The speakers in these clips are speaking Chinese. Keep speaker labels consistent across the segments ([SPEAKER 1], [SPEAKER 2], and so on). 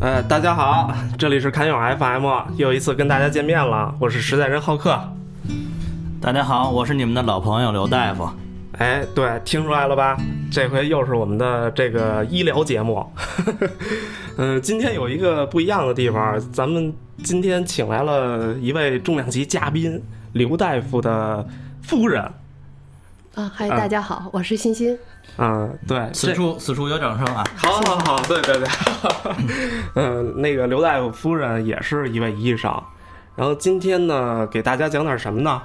[SPEAKER 1] 呃，大家好，这里是侃友 FM，又一次跟大家见面了，我是实在人浩克。
[SPEAKER 2] 大家好，我是你们的老朋友刘大夫。
[SPEAKER 1] 哎，对，听出来了吧？这回又是我们的这个医疗节目。 嗯，今天有一个不一样的地方，咱们今天请来了一位重量级嘉宾，刘大夫的夫人。
[SPEAKER 3] 啊，嗨，大家好，我是欣欣。
[SPEAKER 1] 嗯，对，
[SPEAKER 2] 此处此处有掌声啊！
[SPEAKER 1] 好好好，对对对，嗯，那个刘大夫夫人也是一位医生，然后今天呢，给大家讲点什么呢？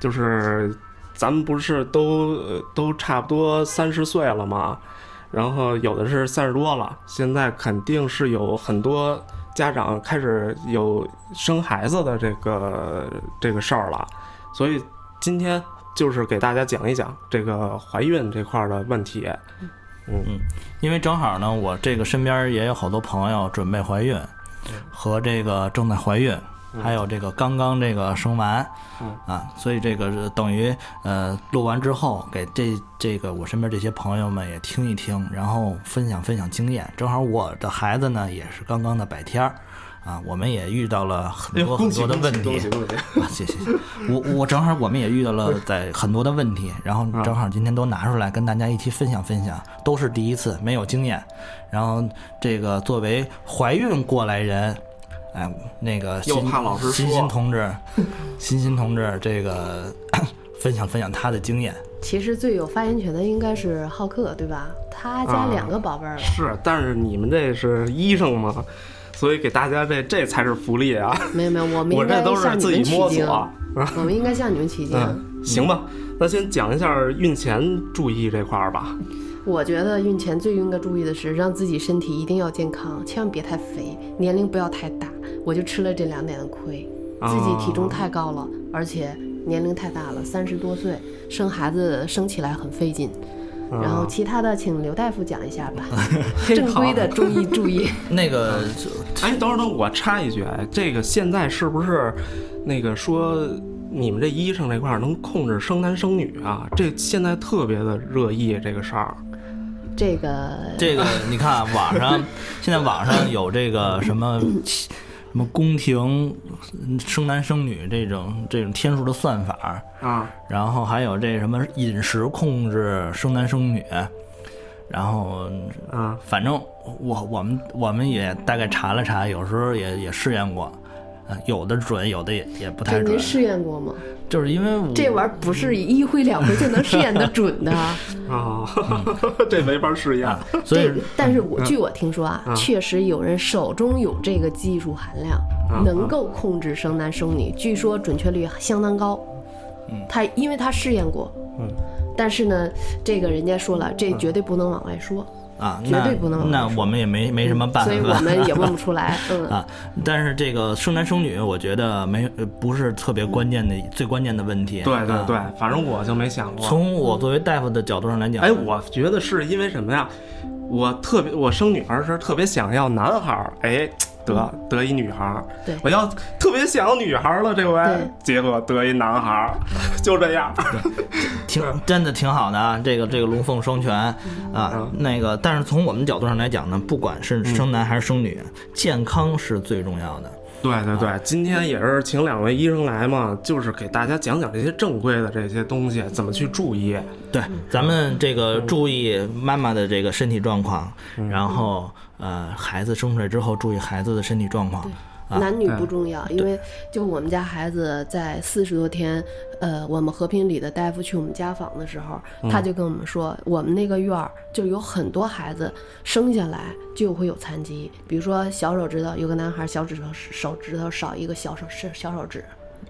[SPEAKER 1] 就是咱们不是都呃都差不多三十岁了嘛，然后有的是三十多了，现在肯定是有很多家长开始有生孩子的这个这个事儿了，所以今天就是给大家讲一讲这个怀孕这块儿的问题。
[SPEAKER 2] 因为正好呢，我这个身边也有好多朋友准备怀孕，
[SPEAKER 1] 嗯
[SPEAKER 2] 和这个正在怀孕，还有这个刚刚这个生完，
[SPEAKER 1] 嗯
[SPEAKER 2] 啊，所以这个是等于呃录完之后，给这这个我身边这些朋友们也听一听，然后分享分享经验。正好我的孩子呢也是刚刚的百天儿，啊，我们也遇到了很
[SPEAKER 1] 哎
[SPEAKER 2] 多很多的问题。
[SPEAKER 1] 恭喜！
[SPEAKER 2] 啊， 谢谢。谢谢我我正好我们也遇到了在很多的问题，然
[SPEAKER 1] 啊
[SPEAKER 2] 后正好今天都拿出来跟大家一起分享分享，都是第一次，没有经验。然后这个作为怀孕过来人，哎，那个
[SPEAKER 1] 又
[SPEAKER 2] 欣
[SPEAKER 1] 怕老师
[SPEAKER 2] 欣
[SPEAKER 1] 说
[SPEAKER 2] 欣 同志，欣欣同志，这个 分享分享他的经验。
[SPEAKER 3] 其实最有发言权的应该是浩克，对吧？他家
[SPEAKER 1] 啊
[SPEAKER 3] 两个宝贝儿了，
[SPEAKER 1] 是，但是你们这是医生嘛，所以给大家这这才是福利啊！
[SPEAKER 3] 没有没有，我们
[SPEAKER 1] 我
[SPEAKER 3] 应该
[SPEAKER 1] 这都是
[SPEAKER 3] 向你
[SPEAKER 1] 自
[SPEAKER 3] 们
[SPEAKER 1] 己
[SPEAKER 3] 取
[SPEAKER 1] 摸
[SPEAKER 3] 经
[SPEAKER 1] 索，啊。
[SPEAKER 3] 我们应该向你们取经。
[SPEAKER 1] 嗯，行吧，那先讲一下孕前注意这块儿吧。
[SPEAKER 3] 我觉得孕前最应该注意的是，让自己身体一定要健康，千万别太肥，年龄不要太大。我就吃了这两点的亏，
[SPEAKER 1] 啊
[SPEAKER 3] 自己体重太高了，而且年龄太大了，三十多岁生孩子生起来很费劲。
[SPEAKER 1] 啊
[SPEAKER 3] 然后其他的请刘大夫讲一下 吧，正规的注意注意。
[SPEAKER 2] 那个就
[SPEAKER 1] 哎，等会儿等会儿我插一句，哎，这个现在是不是那个说你们这医生这块儿能控制生男生女啊？这现在特别的热议这个事儿。
[SPEAKER 3] 这个
[SPEAKER 2] 这个你看啊，网上现在网上有这个什么什么宫廷生男生女这种这种天数的算法儿。
[SPEAKER 1] 啊，
[SPEAKER 2] 然后还有这什么饮食控制生男生女，然后
[SPEAKER 1] 啊，
[SPEAKER 2] 反正我我们我们也大概查了查，有时候也也试验过，啊，有的准，有的也也不
[SPEAKER 3] 这
[SPEAKER 2] 太准
[SPEAKER 3] 您，试验过吗？
[SPEAKER 2] 就是因为我
[SPEAKER 3] 这玩意儿不是一回两回就能试验的准的。啊
[SPEAKER 1] 哦， 这没法试验。
[SPEAKER 2] 啊，所
[SPEAKER 3] 这
[SPEAKER 2] 以
[SPEAKER 3] 个，但是我据我听说啊，确实有人手中有这个技术含量，能够控制生男生女，据说准确率相当高。他因为他试验过，
[SPEAKER 1] 嗯，
[SPEAKER 3] 但是呢，这个人家说了，这绝对不能往外说，
[SPEAKER 2] 啊，
[SPEAKER 3] 绝
[SPEAKER 2] 那
[SPEAKER 3] 对不能往
[SPEAKER 2] 那
[SPEAKER 3] 外说
[SPEAKER 2] 我们也没没什么办法，
[SPEAKER 3] 嗯所以我们也问不出来。嗯，
[SPEAKER 2] 啊，但是这个生男生女，我觉得没呃不是特别关键的、最关键的问题。
[SPEAKER 1] 对对
[SPEAKER 2] 啊
[SPEAKER 1] 对，反正我就没想过。
[SPEAKER 2] 从我作为大夫的角度上来讲，
[SPEAKER 1] 哎，我觉得是因为什么呀？我特别，我生女孩时特别想要男孩儿，哎，得得一女孩儿。
[SPEAKER 3] 对
[SPEAKER 1] 我要特别想要女孩儿了，这回
[SPEAKER 3] 对
[SPEAKER 1] 结果得一男孩儿，就这样。
[SPEAKER 2] 挺真的挺好的啊，这
[SPEAKER 1] 嗯
[SPEAKER 2] 个这个龙凤双全啊，那个但是从我们角度上来讲呢，不管是
[SPEAKER 1] 嗯
[SPEAKER 2] 生男还是生女，健康是最重要的。
[SPEAKER 1] 对对对，今天也是请两位医生来嘛，就是给大家讲讲这些正规的这些东西怎么去注意。
[SPEAKER 2] 对，
[SPEAKER 1] 嗯
[SPEAKER 2] 咱们这个注意妈妈的这个身体状况，
[SPEAKER 1] 嗯
[SPEAKER 2] 然后呃，孩子生出来之后注意孩子的身体状况。
[SPEAKER 3] 男女不重要，因为就我们家孩子在四十多天，呃，我们和平里的大夫去我们家访的时候，他就跟我们说，我们那个院儿就有很多孩子生下来就会有残疾，比如说小手指头有个男孩小指头手指头少一个小手是小手指，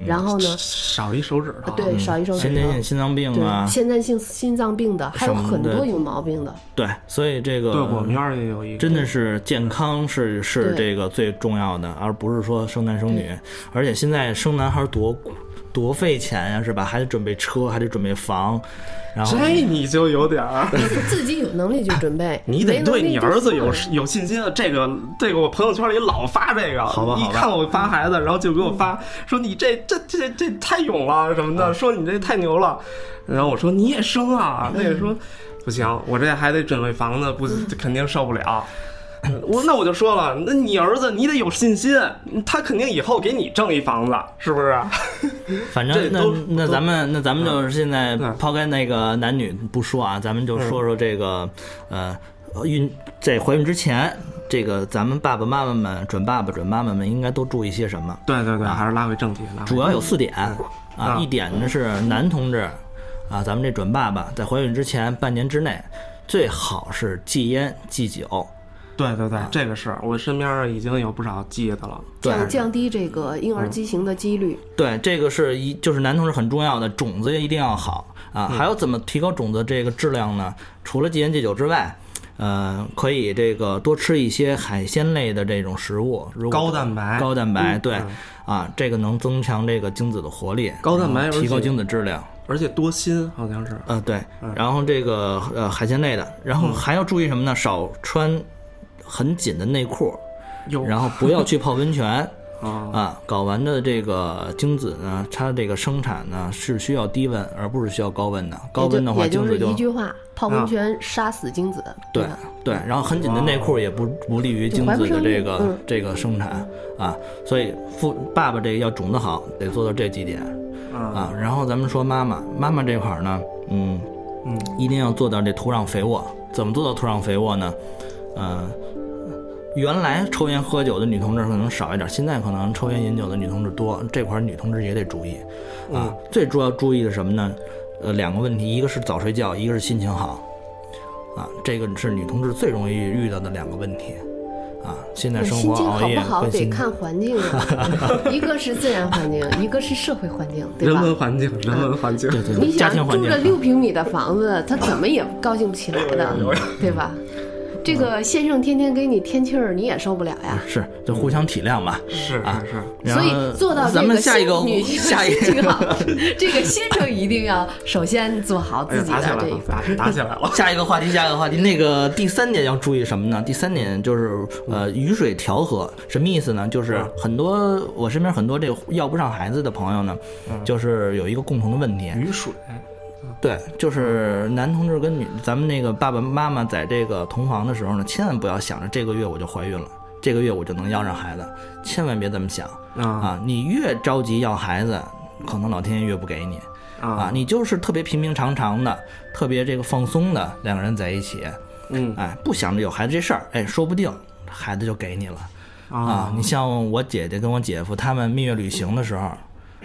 [SPEAKER 3] 然后呢，呃
[SPEAKER 1] 少一手指头，
[SPEAKER 3] 对，少一手指
[SPEAKER 2] 先天性
[SPEAKER 3] 头。
[SPEAKER 2] 心脏病
[SPEAKER 3] 对，
[SPEAKER 2] 啊，
[SPEAKER 3] 先天性心脏病的还有
[SPEAKER 2] 什么
[SPEAKER 3] 很
[SPEAKER 2] 的
[SPEAKER 3] 多有毛病的，
[SPEAKER 2] 对，所以这个
[SPEAKER 1] 对我们院儿也有一个。
[SPEAKER 2] 真的是健康是是
[SPEAKER 3] 对
[SPEAKER 2] 这个最重要的，而不是说生男生女。而且现在生男孩多多费钱呀、是吧？还得准备车，还得准备房，然后
[SPEAKER 1] 这你就有点儿，
[SPEAKER 3] 自己有能力就准备，
[SPEAKER 1] 你得
[SPEAKER 3] 没能
[SPEAKER 1] 对
[SPEAKER 3] 力
[SPEAKER 1] 你
[SPEAKER 3] 就
[SPEAKER 1] 儿子
[SPEAKER 3] 算
[SPEAKER 1] 有
[SPEAKER 3] 了
[SPEAKER 1] 有信心。啊这个这个，我朋友圈里老发这个，
[SPEAKER 2] 好吧好吧
[SPEAKER 1] 一看我发孩子，然后就给我发说你这这这这太勇了什么的，说你这太牛了。然后我说你也嗯
[SPEAKER 3] 嗯
[SPEAKER 1] 生啊，那个说不行，我这还得准备房子，不肯定受不了。我那我就说了，那你儿子你得有信心，他肯定以后给你挣一房子，是不是？
[SPEAKER 2] 反
[SPEAKER 1] 这
[SPEAKER 2] 正那
[SPEAKER 1] 都
[SPEAKER 2] 那
[SPEAKER 1] 都
[SPEAKER 2] 咱们那咱们就是现在
[SPEAKER 1] 嗯
[SPEAKER 2] 抛开那个男女不说啊，咱们就说说这个呃孕在怀孕之前，这个咱们爸爸妈妈们、准爸爸、准妈妈们应该都注意些什么？
[SPEAKER 1] 对对对，还是拉回正题，拉回
[SPEAKER 2] 主要有四点啊，
[SPEAKER 1] 啊
[SPEAKER 2] 一点呢是男同志啊，咱们这准爸爸在怀孕之前半年之内，最好是忌烟忌酒，
[SPEAKER 1] 对对对，这个是我身边已经有不少记得了。
[SPEAKER 2] 对
[SPEAKER 3] 降降低这个婴儿畸形的几率。
[SPEAKER 2] 对，这个是一就是男同志很重要的，种子也一定要好啊。
[SPEAKER 1] 嗯
[SPEAKER 2] 还有怎么提高种子这个质量呢？除了忌烟戒酒之外，呃，可以这个多吃一些海鲜类的这种食物，如果
[SPEAKER 1] 高蛋白嗯
[SPEAKER 2] 高蛋白，对啊，这个能增强这个精子的活力，
[SPEAKER 1] 高蛋白
[SPEAKER 2] 然后
[SPEAKER 1] 而
[SPEAKER 2] 提高
[SPEAKER 1] 且
[SPEAKER 2] 精子质量。
[SPEAKER 1] 而且多心好像是，
[SPEAKER 2] 呃，对，然后这个呃海鲜类的，然后还要注意什么呢？少穿很紧的内裤，
[SPEAKER 1] 有
[SPEAKER 2] 然后不要去泡温泉。
[SPEAKER 1] 啊，
[SPEAKER 2] 啊，睾丸的这个精子呢，它这个生产呢是需要低温，而不是需要高温的。高温的话，
[SPEAKER 3] 也就
[SPEAKER 2] 精子
[SPEAKER 3] 也就是
[SPEAKER 2] 就啊
[SPEAKER 3] 一句话，泡温泉杀死精子。
[SPEAKER 2] 对
[SPEAKER 3] 吧
[SPEAKER 2] 对，然后很紧的内裤也不不利于精
[SPEAKER 3] 怀不
[SPEAKER 2] 子的
[SPEAKER 3] 上
[SPEAKER 2] 这
[SPEAKER 3] 孕
[SPEAKER 2] 个、
[SPEAKER 3] 嗯
[SPEAKER 2] 这个生产啊，所以父爸爸这个要种得好，得做到这几点啊。然后咱们说妈妈，妈妈这块儿呢，嗯
[SPEAKER 1] 嗯，
[SPEAKER 2] 一定要做到这土壤肥沃。怎么做到土壤肥沃呢？嗯、原来抽烟喝酒的女同志可能少一点，现在可能抽烟饮酒的女同志多，这块儿女同志也得注意啊。最主要注意的是什么呢？呃，两个问题，一个是早睡觉，一个是心情好啊。这个是女同志最容易遇到的两个问题啊。现在生
[SPEAKER 3] 心
[SPEAKER 2] 活
[SPEAKER 3] 情好
[SPEAKER 2] 熬夜
[SPEAKER 3] 不好
[SPEAKER 2] 跟
[SPEAKER 3] 得
[SPEAKER 2] 心
[SPEAKER 3] 看环境 啊，一个是自然环境，一个是社会环境，对
[SPEAKER 1] 人
[SPEAKER 3] 吧？嗯
[SPEAKER 1] 文环境，人文环境，
[SPEAKER 2] 对对对，
[SPEAKER 3] 你
[SPEAKER 2] 家
[SPEAKER 3] 想
[SPEAKER 2] 庭环
[SPEAKER 3] 住
[SPEAKER 2] 境啊
[SPEAKER 3] 着六平米的房子，他怎么也高兴不起来的，对吧？这个先生天天给你添气儿，你也受不了呀。
[SPEAKER 2] 是就互相体谅吧。
[SPEAKER 1] 是是是，
[SPEAKER 2] 嗯然
[SPEAKER 3] 所
[SPEAKER 2] 后
[SPEAKER 3] 以做到这
[SPEAKER 2] 咱
[SPEAKER 3] 个
[SPEAKER 2] 们下一
[SPEAKER 3] 心
[SPEAKER 2] 个
[SPEAKER 3] 女 性
[SPEAKER 2] 下一
[SPEAKER 3] 这个
[SPEAKER 2] 个。
[SPEAKER 3] 好这个先生一定要首先做好
[SPEAKER 1] 哎
[SPEAKER 3] 自
[SPEAKER 1] 呀，打
[SPEAKER 3] 己
[SPEAKER 1] 起来
[SPEAKER 3] 的这一
[SPEAKER 1] 了，
[SPEAKER 3] 份。
[SPEAKER 1] 打打起来了，
[SPEAKER 2] 下一个话题，下一个话题，那个第三点要注意什么呢？第三点就是呃雨水调和，什么意思呢？就是很多我身边很多这个要不上孩子的朋友呢，就是有一个共同的问 题，
[SPEAKER 1] 雨水，
[SPEAKER 2] 对，就是男同志跟女，咱们那个爸爸妈妈在这个同房的时候呢，千万不要想着这个月我就怀孕了，这个月我就能要上孩子，千万别这么想
[SPEAKER 1] 啊
[SPEAKER 2] 啊！你越着急要孩子，可能老天爷越不给你。啊，你就是特别平平常常的，特别这个放松的两个人在一起，
[SPEAKER 1] 嗯
[SPEAKER 2] 哎，不想着有孩子这事儿，哎，说不定孩子就给你了啊！你像我姐姐跟我姐夫他们蜜月旅行的时候，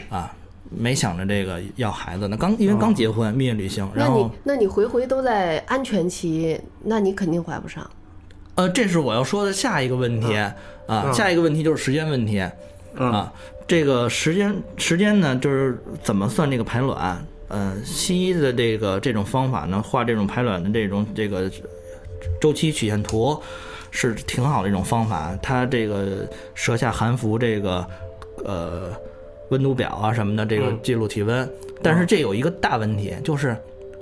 [SPEAKER 2] 啊，没想着这个要孩子呢，刚因为刚结婚，蜜月旅行，
[SPEAKER 3] 那
[SPEAKER 2] 然
[SPEAKER 3] 你
[SPEAKER 2] 后
[SPEAKER 3] 那你回回都在安全期，那你肯定怀不上。
[SPEAKER 2] 呃，这是我要说的下一个问题啊，下一个问题就是时间问题啊，这个时间时间呢，就是怎么算这个排卵？呃，西医的这个这种方法呢，画这种排卵的这种这个周期曲线图是挺好的一种方法，它这个舌下含服这个呃温度表啊什么的，这个记录体温。
[SPEAKER 1] 嗯
[SPEAKER 2] 但是这有一个大问题，就是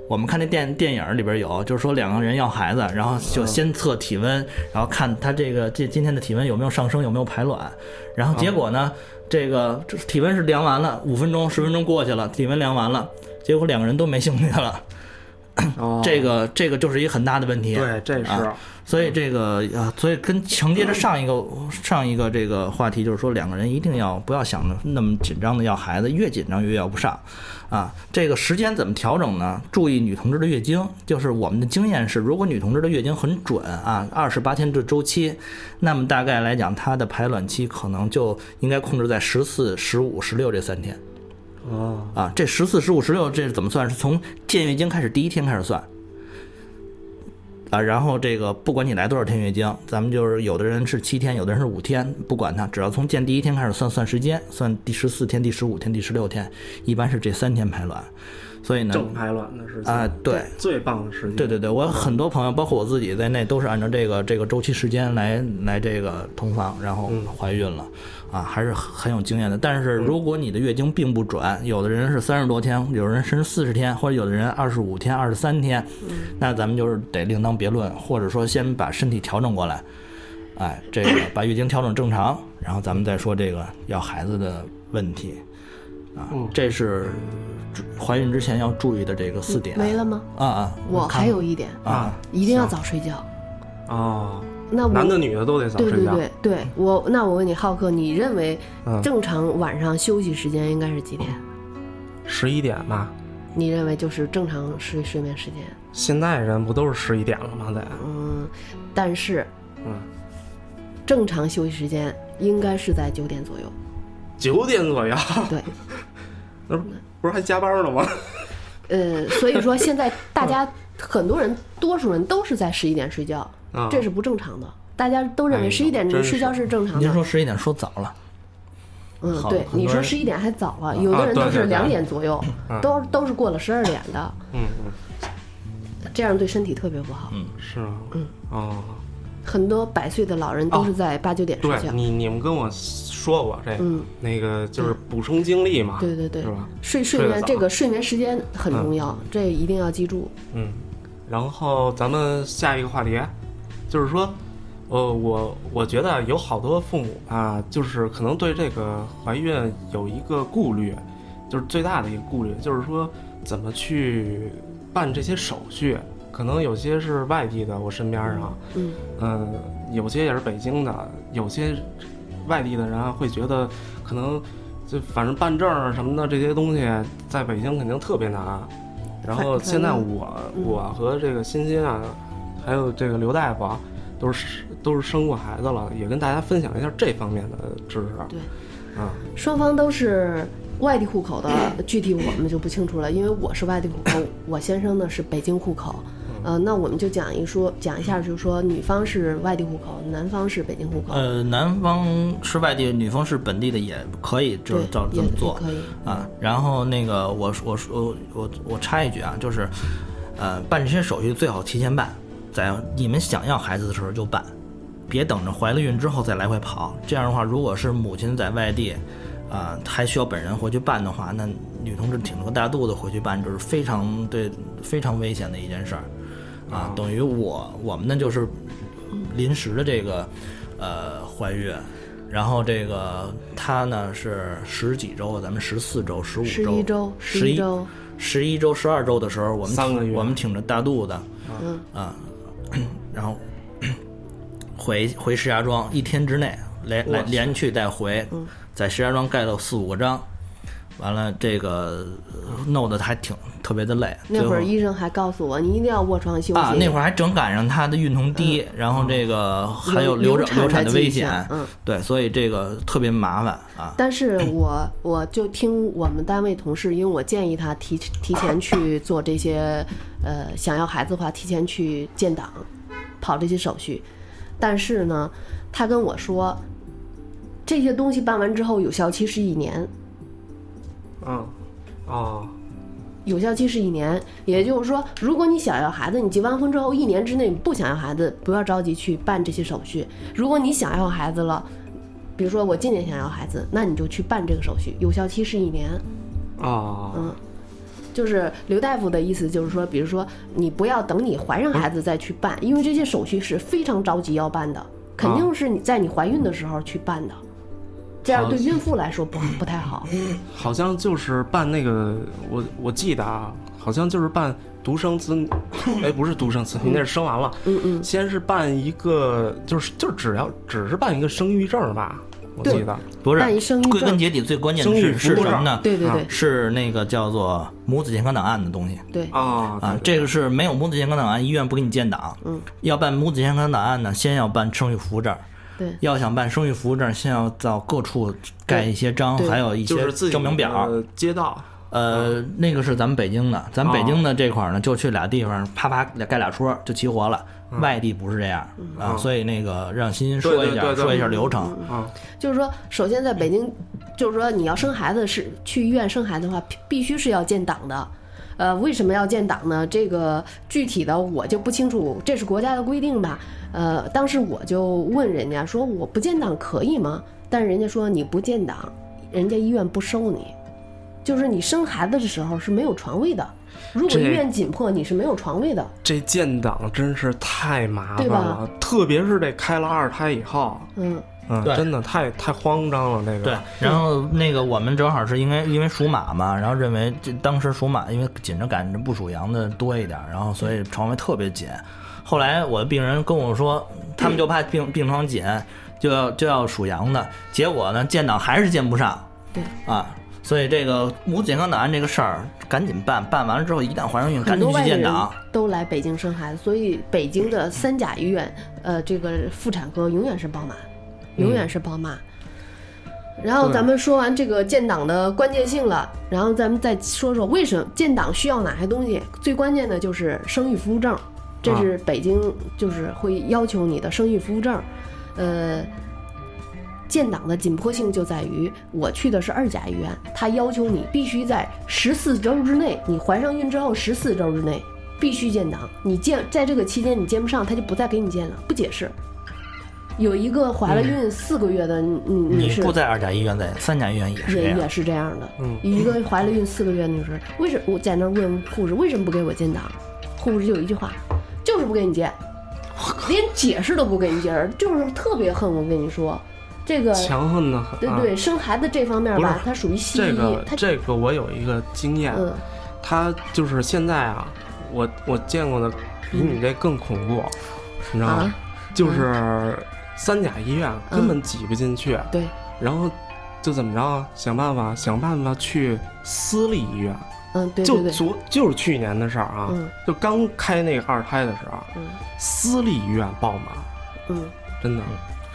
[SPEAKER 2] 我们看那电电影里边有，就是说两个人要孩子，然后就先测体温，然后看他这个这今天的体温有没有上升，有没有排卵，然后结果呢，这个这体温是量 完了，五分钟十分钟过去了，体温量完了，结果两个人都没兴趣了，
[SPEAKER 1] 哦，
[SPEAKER 2] 这个这个就是一个很大的问题。
[SPEAKER 1] 对，这是
[SPEAKER 2] 啊所以这个啊，所以跟承接着上一个上一个这个话题，就是说两个人一定要不要想着那么紧张的要孩子，越紧张越要不上，啊，这个时间怎么调整呢？注意女同志的月经，就是我们的经验是，如果女同志的月经很准啊，二十八天的周期，那么大概来讲，她的排卵期可能就应该控制在十四、十五、十六这三天
[SPEAKER 1] 哦，
[SPEAKER 2] 啊，这十四、十五、十六这是怎么算？是从见月经开始第一天开始算。啊，然后这个不管你来多少天月经，咱们就是有的人是七天，有的人是五天，不管它，只要从见第一天开始算算时间，算第十四天、第十五天、第十六天，一般是这三天排卵。所以呢，
[SPEAKER 1] 正排卵的时期
[SPEAKER 2] 啊、对。
[SPEAKER 1] 最棒的时间，
[SPEAKER 2] 对对对，我很多朋友，包括我自己在内，都是按照这个这个周期时间来来这个同房，然后怀孕了，啊，还是很有经验的。但是如果你的月经并不准，有的人是三十多天，有人甚至四十天，或者有的人二十五天、二十三天，
[SPEAKER 3] 嗯
[SPEAKER 2] 那咱们就是得另当别论，或者说先把身体调整过来，哎，这个把月经调整正常，然后咱们再说这个要孩子的问题，啊，这是怀孕之前要注意的这个四点。
[SPEAKER 3] 嗯没了吗？
[SPEAKER 1] 嗯
[SPEAKER 2] 啊啊！
[SPEAKER 3] 我
[SPEAKER 2] 看
[SPEAKER 3] 还有一点，
[SPEAKER 2] 啊，
[SPEAKER 3] 一定要早睡觉。
[SPEAKER 1] 哦，
[SPEAKER 3] 那我
[SPEAKER 1] 男的女的都得早
[SPEAKER 3] 对
[SPEAKER 1] 睡
[SPEAKER 3] 对
[SPEAKER 1] 觉。
[SPEAKER 3] 对对，我那我问你，浩克，你认为
[SPEAKER 1] 嗯，
[SPEAKER 3] 正常晚上休息时间应该是几点？
[SPEAKER 1] 十一点吧。
[SPEAKER 3] 你认为就是正常睡睡眠时间？
[SPEAKER 1] 现在人不都是十一点了吗？得，
[SPEAKER 3] 嗯，但是
[SPEAKER 1] 嗯，
[SPEAKER 3] 正常休息时间应该是在九点左右。
[SPEAKER 1] 九点左 右，
[SPEAKER 3] 对，嗯
[SPEAKER 1] 不是还加班呢吗？
[SPEAKER 3] 呃，所以说现在大
[SPEAKER 1] 嗯
[SPEAKER 3] 家很多人，多数人都是在十一点睡觉，
[SPEAKER 1] 啊，
[SPEAKER 3] 这是不正常的。大家都认
[SPEAKER 1] 哎
[SPEAKER 3] 为
[SPEAKER 1] 呦
[SPEAKER 3] 十一点
[SPEAKER 1] 真是
[SPEAKER 3] 睡觉是正常
[SPEAKER 2] 您
[SPEAKER 3] 的。
[SPEAKER 2] 说十一点说早了，
[SPEAKER 3] 嗯，
[SPEAKER 2] 好
[SPEAKER 3] 对，
[SPEAKER 2] 很
[SPEAKER 3] 你
[SPEAKER 2] 多
[SPEAKER 3] 说
[SPEAKER 2] 人
[SPEAKER 3] 十一点还早了，有
[SPEAKER 1] 啊
[SPEAKER 3] 的人
[SPEAKER 1] 对
[SPEAKER 3] 都
[SPEAKER 1] 对
[SPEAKER 3] 是
[SPEAKER 1] 对
[SPEAKER 3] 两点左右，
[SPEAKER 1] 嗯
[SPEAKER 3] 都都是过了十二点的，
[SPEAKER 1] 嗯嗯，
[SPEAKER 3] 这样对身体特别不好。
[SPEAKER 1] 是吗？嗯哦，
[SPEAKER 3] 很多百岁的老人都是在八九点睡
[SPEAKER 1] 对
[SPEAKER 3] 觉。
[SPEAKER 1] 你你们跟我说过这个，
[SPEAKER 3] 嗯
[SPEAKER 1] 那个就是补充精力嘛，
[SPEAKER 3] 对对对
[SPEAKER 1] 是吧？
[SPEAKER 3] 睡
[SPEAKER 1] 睡
[SPEAKER 3] 睡
[SPEAKER 1] 得
[SPEAKER 3] 眠
[SPEAKER 1] 早
[SPEAKER 3] 这个睡眠时间很重要，这一定要记住。
[SPEAKER 1] 嗯，然后咱们下一个话题，啊就是说，呃，我我觉得有好多父母啊，就是可能对这个怀孕有一个顾虑，就是最大的一个顾虑，就是说怎么去办这些手续。可能有些是外地的，我身边啊，
[SPEAKER 3] 嗯，
[SPEAKER 1] 嗯，有些也是北京的，有些外地的人啊会觉得可能就反正办证啊什么的这些东西，在北京肯定特别难。然后
[SPEAKER 3] 反
[SPEAKER 1] 现在
[SPEAKER 3] 反
[SPEAKER 1] 我
[SPEAKER 3] 嗯
[SPEAKER 1] 我和这个欣欣啊，还有这个刘大夫啊，都是都是生过孩子了，也跟大家分享一下这方面的知识。
[SPEAKER 3] 对，
[SPEAKER 1] 啊，
[SPEAKER 3] 双方都是外地户口的，具体我们就不清楚了，因为我是外地户 口，我先生呢是北京户口。
[SPEAKER 1] 嗯
[SPEAKER 3] 呃，那我们就讲一说，讲一下，就是说女方是外地户口，男方是北京户口，
[SPEAKER 2] 呃，男方是外地，女方是本地的，也可以就
[SPEAKER 3] 对
[SPEAKER 2] 是照，这
[SPEAKER 3] 也
[SPEAKER 2] 么
[SPEAKER 3] 也
[SPEAKER 2] 做
[SPEAKER 3] 可以。
[SPEAKER 2] 啊。然后那个我我我我我插一句啊，就是，呃，办这些手续最好提前办，在你们想要孩子的时候就办，别等着怀了孕之后再来回跑。这样的话，如果是母亲在外地，啊、还需要本人回去办的话，那女同志挺着个大肚子回去办，这是非常对非常危险的一件事儿。啊，等于我我们呢就是临时的这个呃怀孕，然后这个她呢是十几周，咱们十四周、十五
[SPEAKER 3] 十
[SPEAKER 2] 周、
[SPEAKER 3] 一周、
[SPEAKER 2] 十
[SPEAKER 3] 一、周，
[SPEAKER 2] 十一周、十二周的时候，我们
[SPEAKER 1] 三个
[SPEAKER 2] 挺
[SPEAKER 1] 月
[SPEAKER 2] 我们挺着大肚子
[SPEAKER 3] 嗯，
[SPEAKER 2] 啊，然后回回石家庄，一天之内连
[SPEAKER 1] 哇
[SPEAKER 2] 来
[SPEAKER 1] 塞
[SPEAKER 2] 连去带回，
[SPEAKER 3] 嗯
[SPEAKER 2] 在石家庄盖了四五个章。完了，这个呃弄得还挺特别的累。
[SPEAKER 3] 那会
[SPEAKER 2] 最后
[SPEAKER 3] 儿医生还告诉我，你一定要卧床休息。
[SPEAKER 2] 啊，那会儿还正赶上她的孕酮低，然后这个还有
[SPEAKER 3] 嗯流
[SPEAKER 2] 流产
[SPEAKER 3] 流
[SPEAKER 2] 产
[SPEAKER 3] 的
[SPEAKER 2] 的危
[SPEAKER 3] 迹象
[SPEAKER 2] 险，
[SPEAKER 3] 嗯，
[SPEAKER 2] 对，所以这个特别麻烦啊。
[SPEAKER 3] 但是我我就听我们单位同事，因为我建议他提提前去做这些，呃，想要孩子的话，提前去建档，跑这些手续。但是呢，他跟我说，这些东西办完之后，有效期是一年，
[SPEAKER 1] 嗯，哦，
[SPEAKER 3] 有效期是一年。也就是说，如果你想要孩子，你结完婚之后一年之内你不想要孩子，不要着急去办这些手续。如果你想要孩子了，比如说我今年想要孩子，那你就去办这个手续，有效期是一年。
[SPEAKER 1] 哦，
[SPEAKER 3] 嗯，就是刘大夫的意思，就是说，比如说你不要等你怀上孩子再去办，因为这些手续是非常着急要办的，肯定是你在你怀孕的时候去办的，这样
[SPEAKER 1] 好
[SPEAKER 3] 对孕妇来说不不太好。
[SPEAKER 1] 好像就是办那个，我我记得啊，好像就是办独生子 女，哎，不是独生子女，那是生完了，
[SPEAKER 3] 嗯嗯，
[SPEAKER 1] 先是办一个，就是就是只要只是办一个生育证吧，我记得
[SPEAKER 2] 不
[SPEAKER 3] 那一
[SPEAKER 2] 是
[SPEAKER 3] 生育，
[SPEAKER 2] 归
[SPEAKER 3] 证
[SPEAKER 2] 根结底最关键
[SPEAKER 1] 生
[SPEAKER 2] 的
[SPEAKER 1] 育
[SPEAKER 2] 是
[SPEAKER 1] 服
[SPEAKER 2] 是
[SPEAKER 1] 务
[SPEAKER 2] 什么
[SPEAKER 1] 证
[SPEAKER 2] 呢？啊
[SPEAKER 3] 对对对
[SPEAKER 2] 是那个叫做母子健康档案的东西
[SPEAKER 3] 对，
[SPEAKER 1] 啊
[SPEAKER 2] 啊。这个是没有母子健康档案，医院不给你建档。
[SPEAKER 3] 嗯，
[SPEAKER 2] 要办母子健康档案呢，先要办生育服务证。
[SPEAKER 3] 对
[SPEAKER 2] 要想办生育服务证，先要到各处盖一些章，
[SPEAKER 3] 对
[SPEAKER 2] 还有一
[SPEAKER 1] 就
[SPEAKER 2] 些
[SPEAKER 1] 是自己
[SPEAKER 2] 证明表。
[SPEAKER 1] 的街道
[SPEAKER 2] 呃，那个是咱们北京
[SPEAKER 1] 啊
[SPEAKER 2] 的，咱们北京的这块儿呢，就去俩地方，啪啪俩盖俩戳就齐活了。外地不是这样啊，所以那个让欣欣说一
[SPEAKER 1] 嗯对对
[SPEAKER 2] 下，
[SPEAKER 1] 对对
[SPEAKER 2] 说一下流程。
[SPEAKER 1] 啊，
[SPEAKER 3] 就是说，首先在北京，就是说你要生孩子是去医院生孩子的话，必必须是要建档的。呃，为什么要建档呢？这个具体的我就不清楚，这是国家的规定吧？呃，当时我就问人家说我不建档可以吗？但是人家说你不建档，人家医院不收你，就是你生孩子的时候是没有床位的，如果
[SPEAKER 1] 这
[SPEAKER 3] 医院紧迫，你是没有床位的。
[SPEAKER 1] 这建档真是太麻烦
[SPEAKER 3] 对吧
[SPEAKER 1] 了，特别是这开了二胎以后，
[SPEAKER 3] 嗯，
[SPEAKER 1] 嗯，
[SPEAKER 2] 对
[SPEAKER 1] 真的太太慌张了，这个
[SPEAKER 2] 对，然后那个我们正好是应该因为属马嘛，然后认为这当时属马，因为紧着赶着不属羊的多一点，然后所以床位特别紧。后来我的病人跟我说，他们就怕病病床紧，就要就要属羊的，结果呢建档还是建不上
[SPEAKER 3] 对，
[SPEAKER 2] 啊。所以这个母子健康档案这个事儿赶紧办，办完了之后一旦怀上孕，
[SPEAKER 3] 很
[SPEAKER 2] 赶紧
[SPEAKER 3] 多
[SPEAKER 2] 去
[SPEAKER 3] 外地
[SPEAKER 2] 建
[SPEAKER 3] 人
[SPEAKER 2] 档。
[SPEAKER 3] 都来北京生孩子，所以北京的三甲医院，呃，这个妇产科永远是爆满，永远是爆满。然后
[SPEAKER 1] 对
[SPEAKER 3] 咱们说完这个建档的关键性了，然后咱们再说说为什么建档需要哪些东西。最关键的就是生育服务证，这
[SPEAKER 1] 啊
[SPEAKER 3] 是北京就是会要求你的生育服务证。呃，建档的紧迫性就在于，我去的是二甲医院，他要求你必须在十四周之内，你怀上孕之后十四周之内必须建档。你建在这个期间你建不上，他就不再给你建了，不解释。有一个怀了孕四个月的，你你
[SPEAKER 2] 你
[SPEAKER 3] 是
[SPEAKER 2] 不在啊二甲医院，在三甲医院也是这
[SPEAKER 3] 也
[SPEAKER 2] 样
[SPEAKER 3] 也。是这样的。
[SPEAKER 1] 嗯
[SPEAKER 3] 一个怀了孕四个月的女生，为什我在那儿问护士为什么不给我建档？护士就一句话，就是不给你建，连解释都不给你解释，就是特别恨。我跟你说，这个
[SPEAKER 1] 强横的很。
[SPEAKER 3] 对对，生孩子这方面
[SPEAKER 1] 啊不是
[SPEAKER 3] 吧，它属于西
[SPEAKER 1] 这
[SPEAKER 3] 医
[SPEAKER 1] 个，
[SPEAKER 3] 它
[SPEAKER 1] 这个我有一个经验，啊
[SPEAKER 3] 嗯
[SPEAKER 1] 他就是现在啊，我我见过的比你这更恐怖，你知道吗？
[SPEAKER 3] 啊，
[SPEAKER 1] 就是三甲医院
[SPEAKER 3] 嗯
[SPEAKER 1] 根本挤不进去，
[SPEAKER 3] 对，
[SPEAKER 1] 然后就怎么着啊，想办法想办法去私立医院。
[SPEAKER 3] 嗯对对
[SPEAKER 1] 就
[SPEAKER 3] 对，
[SPEAKER 1] 昨就是去年的事儿啊，
[SPEAKER 3] 嗯
[SPEAKER 1] 就刚开那个二胎的时候，啊
[SPEAKER 3] 嗯
[SPEAKER 1] 私立医院爆满，
[SPEAKER 3] 嗯，
[SPEAKER 1] 真的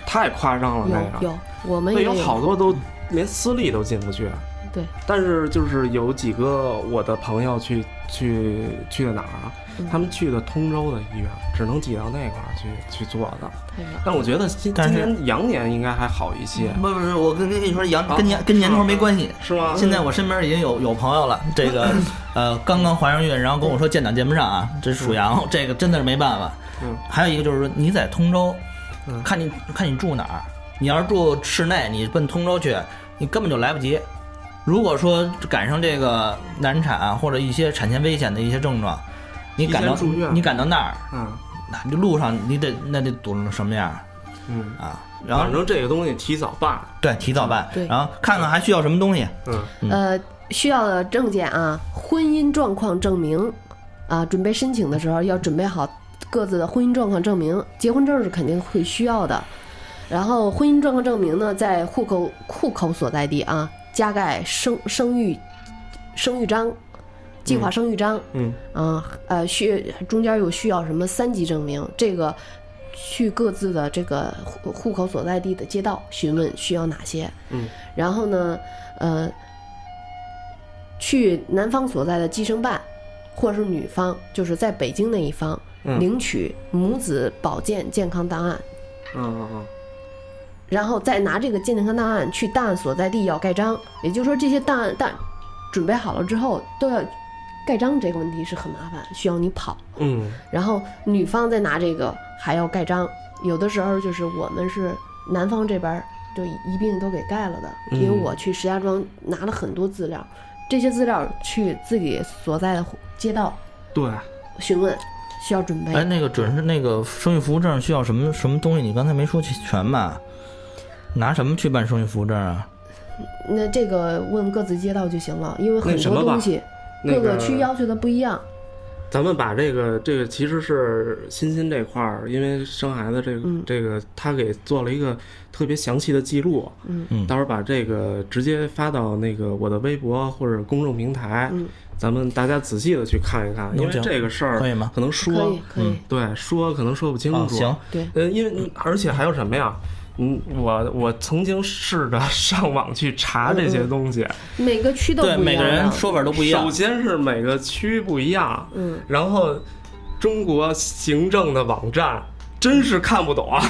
[SPEAKER 1] 太夸张了那
[SPEAKER 3] 有哎
[SPEAKER 1] 个。啊
[SPEAKER 3] 有，我们
[SPEAKER 1] 那
[SPEAKER 3] 也
[SPEAKER 1] 有好多都连私立都进不去。
[SPEAKER 3] 对，
[SPEAKER 1] 但是就是有几个我的朋友去去去的哪儿啊？
[SPEAKER 3] 嗯
[SPEAKER 1] 他们去的通州的医院，只能挤到那块儿去去做的。
[SPEAKER 3] 太少
[SPEAKER 1] 但我觉得今
[SPEAKER 2] 但
[SPEAKER 1] 今
[SPEAKER 2] 是
[SPEAKER 1] 年羊年应该还好一些，
[SPEAKER 3] 嗯
[SPEAKER 2] 不不是，我跟跟你说，羊
[SPEAKER 1] 啊
[SPEAKER 2] 跟年跟年头没关系。
[SPEAKER 1] 是吗？
[SPEAKER 2] 现在我身边已经有有朋 友了，这个呃刚刚怀上孕，然后跟我说建档建不上啊，这属羊，这个真的是没办法。
[SPEAKER 1] 嗯，
[SPEAKER 2] 还有一个就是说你在通州
[SPEAKER 1] 嗯，
[SPEAKER 2] 看你看你住哪儿，你要是住市内，你奔通州去，你根本就来不及。如果说赶上这个难产啊或者一些产前危险的一些症状，你赶到
[SPEAKER 1] 提前住院
[SPEAKER 2] 你赶到那儿，
[SPEAKER 1] 嗯
[SPEAKER 2] 那路上你得那得堵成什么样儿
[SPEAKER 1] 嗯，
[SPEAKER 2] 啊？然后
[SPEAKER 1] 反正这个东西提早办，
[SPEAKER 2] 对，提早办
[SPEAKER 3] 对，
[SPEAKER 2] 然后看看还需要什么东西。
[SPEAKER 1] 嗯，
[SPEAKER 2] 嗯
[SPEAKER 3] 呃，需要的证件啊，婚姻状况证明啊，准备申请的时候要准备好各自的婚姻状况证明，结婚证是肯定会需要的。然后婚姻状况证明呢，在户口户口所在地啊，加盖生生育生育章，计划生育章，
[SPEAKER 1] 嗯
[SPEAKER 3] 啊呃需中间有需要什么三级证明，这个去各自的这个户户口所在地的街道询问需要哪些，
[SPEAKER 1] 嗯，
[SPEAKER 3] 然后呢，呃，去男方所在的计生办，或者是女方，就是在北京那一方、
[SPEAKER 1] 嗯
[SPEAKER 3] 领取母子保健健康档案，
[SPEAKER 1] 嗯嗯嗯，
[SPEAKER 3] 然后再拿这个健康档案去档案所在地要盖章，也就是说这些档案档准备好了之后都要盖章，这个问题是很麻烦，需要你跑。
[SPEAKER 1] 嗯
[SPEAKER 3] 然后女方再拿这个还要盖章，有的时候就是我们是男方这边儿就一并都给盖了的，
[SPEAKER 1] 嗯
[SPEAKER 3] 因为我去石家庄拿了很多资料，这些资料去自己所在的街道
[SPEAKER 1] 对，
[SPEAKER 3] 询问，需要准备。
[SPEAKER 2] 哎，那个准是那个生育服务证需要什么什么东西？你刚才没说全吧？拿什么去办生育服务证啊？
[SPEAKER 3] 那这个问各自街道就行了，因为很
[SPEAKER 1] 那什
[SPEAKER 3] 多
[SPEAKER 1] 么吧
[SPEAKER 3] 东西
[SPEAKER 1] 那
[SPEAKER 3] 各
[SPEAKER 1] 个
[SPEAKER 3] 个区要求的不一样。
[SPEAKER 1] 咱们把这个这个其实是欣欣这块儿，因为生孩子这个、
[SPEAKER 3] 嗯
[SPEAKER 1] 这个，他给做了一个特别详细的记录，
[SPEAKER 3] 嗯
[SPEAKER 2] 嗯
[SPEAKER 1] 到时候把这个直接发到那个我的微博或者公众平台，
[SPEAKER 3] 嗯，
[SPEAKER 1] 咱们大家仔细的去看一看，
[SPEAKER 2] 能
[SPEAKER 1] 因为
[SPEAKER 2] 行
[SPEAKER 1] 这个事
[SPEAKER 2] 可
[SPEAKER 1] 儿
[SPEAKER 2] 以吗？
[SPEAKER 1] 可能
[SPEAKER 3] 可
[SPEAKER 1] 说
[SPEAKER 3] 以可以，
[SPEAKER 1] 对说可能说不清楚，
[SPEAKER 2] 啊，行，
[SPEAKER 3] 对，
[SPEAKER 1] 呃，因为而且还有什么呀？嗯，我我曾经试着 上网去查这些东
[SPEAKER 3] 嗯
[SPEAKER 1] 西，
[SPEAKER 3] 每个区都不一
[SPEAKER 2] 对，
[SPEAKER 3] 样。
[SPEAKER 2] 每个人说法都不一样
[SPEAKER 1] 首。先是每个区不一样，
[SPEAKER 3] 嗯，
[SPEAKER 1] 然后中国行政的网站真是看不懂 啊。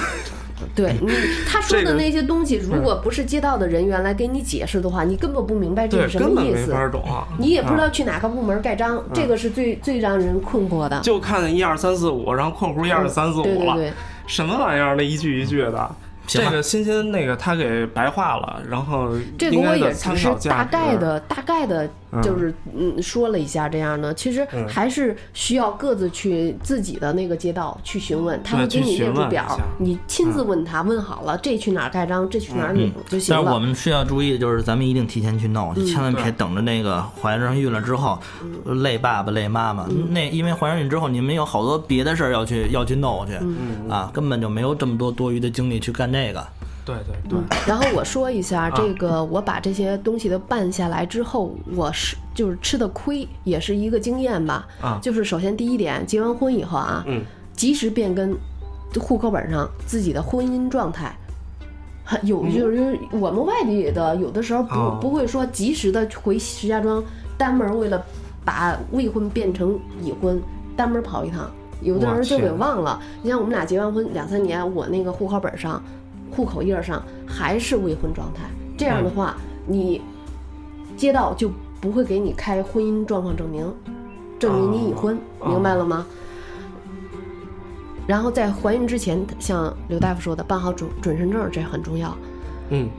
[SPEAKER 3] 对你他说
[SPEAKER 1] 这
[SPEAKER 3] 的
[SPEAKER 1] 个嗯
[SPEAKER 3] 那些东西，如果不是街道的人员来给你解释的话，你根本不明白这
[SPEAKER 1] 对，
[SPEAKER 3] 是什
[SPEAKER 1] 根
[SPEAKER 3] 么
[SPEAKER 1] 本
[SPEAKER 3] 意
[SPEAKER 1] 没
[SPEAKER 3] 思，
[SPEAKER 1] 法懂啊。
[SPEAKER 3] 你也不知道去哪个部门盖章，这个是最最让人困惑的。
[SPEAKER 1] 嗯就看一二三四五，然后括弧一二三四
[SPEAKER 3] 对
[SPEAKER 1] 五
[SPEAKER 3] 对
[SPEAKER 1] 了，
[SPEAKER 3] 对，
[SPEAKER 1] 什么玩意儿？那一句一句的。
[SPEAKER 2] 行
[SPEAKER 1] 这
[SPEAKER 2] 吧
[SPEAKER 1] 个欣欣那个他给白话了，然后
[SPEAKER 3] 这个
[SPEAKER 1] 应
[SPEAKER 3] 我
[SPEAKER 1] 该
[SPEAKER 3] 也
[SPEAKER 1] 的
[SPEAKER 3] 只
[SPEAKER 1] 参
[SPEAKER 3] 是
[SPEAKER 1] 考价
[SPEAKER 3] 大概
[SPEAKER 1] 值
[SPEAKER 3] 的大概的就是嗯说了一下这样的，其实
[SPEAKER 1] 嗯
[SPEAKER 3] 还是需要各自去自己的那个街道去询问，他会
[SPEAKER 1] 嗯去
[SPEAKER 3] 给你
[SPEAKER 1] 询
[SPEAKER 3] 列出
[SPEAKER 1] 问一
[SPEAKER 3] 表
[SPEAKER 1] 下，嗯
[SPEAKER 3] 你亲自问他，问好了这去哪儿盖章，这去哪儿领就行
[SPEAKER 2] 但是我
[SPEAKER 3] 了。
[SPEAKER 2] 们需要注意，就是咱们一定提前去弄，
[SPEAKER 3] 嗯
[SPEAKER 2] 千万别等着那个怀上孕了之后，累爸爸累妈妈。
[SPEAKER 3] 嗯
[SPEAKER 2] 那因为怀上孕之后，你们有好多别的事儿要去要去弄去，
[SPEAKER 3] 嗯
[SPEAKER 1] 嗯
[SPEAKER 2] 啊，根本就没有这么多多余的精力去干这个。
[SPEAKER 1] 对对对，
[SPEAKER 3] 然后我说一
[SPEAKER 1] 啊
[SPEAKER 3] 下，这个我把这些东西都办下来之后，我是就是吃的亏，也是一个经验吧。
[SPEAKER 1] 啊
[SPEAKER 3] 就是首先第一点，结完婚以后啊，
[SPEAKER 1] 嗯，
[SPEAKER 3] 及时变更户口本上自己的婚姻状态。很有
[SPEAKER 1] 嗯
[SPEAKER 3] 就是因为我们外地的有的时候不、
[SPEAKER 1] 哦
[SPEAKER 3] 不会说及时的回石家庄单门，为了把未婚变成已婚，单门跑一趟，有的
[SPEAKER 1] 我
[SPEAKER 3] 人就给
[SPEAKER 1] 天
[SPEAKER 3] 忘了。你像我们俩结完婚两三年，我那个户口本上、户口页上还是未婚状态，
[SPEAKER 1] 嗯
[SPEAKER 3] 这样的话，你街道就不会给你开婚姻状况证明，证明你已婚，
[SPEAKER 1] 哦
[SPEAKER 3] 明白了吗？然后在怀孕之前，像刘大夫说的，办好准准生证，这很重要。
[SPEAKER 1] 嗯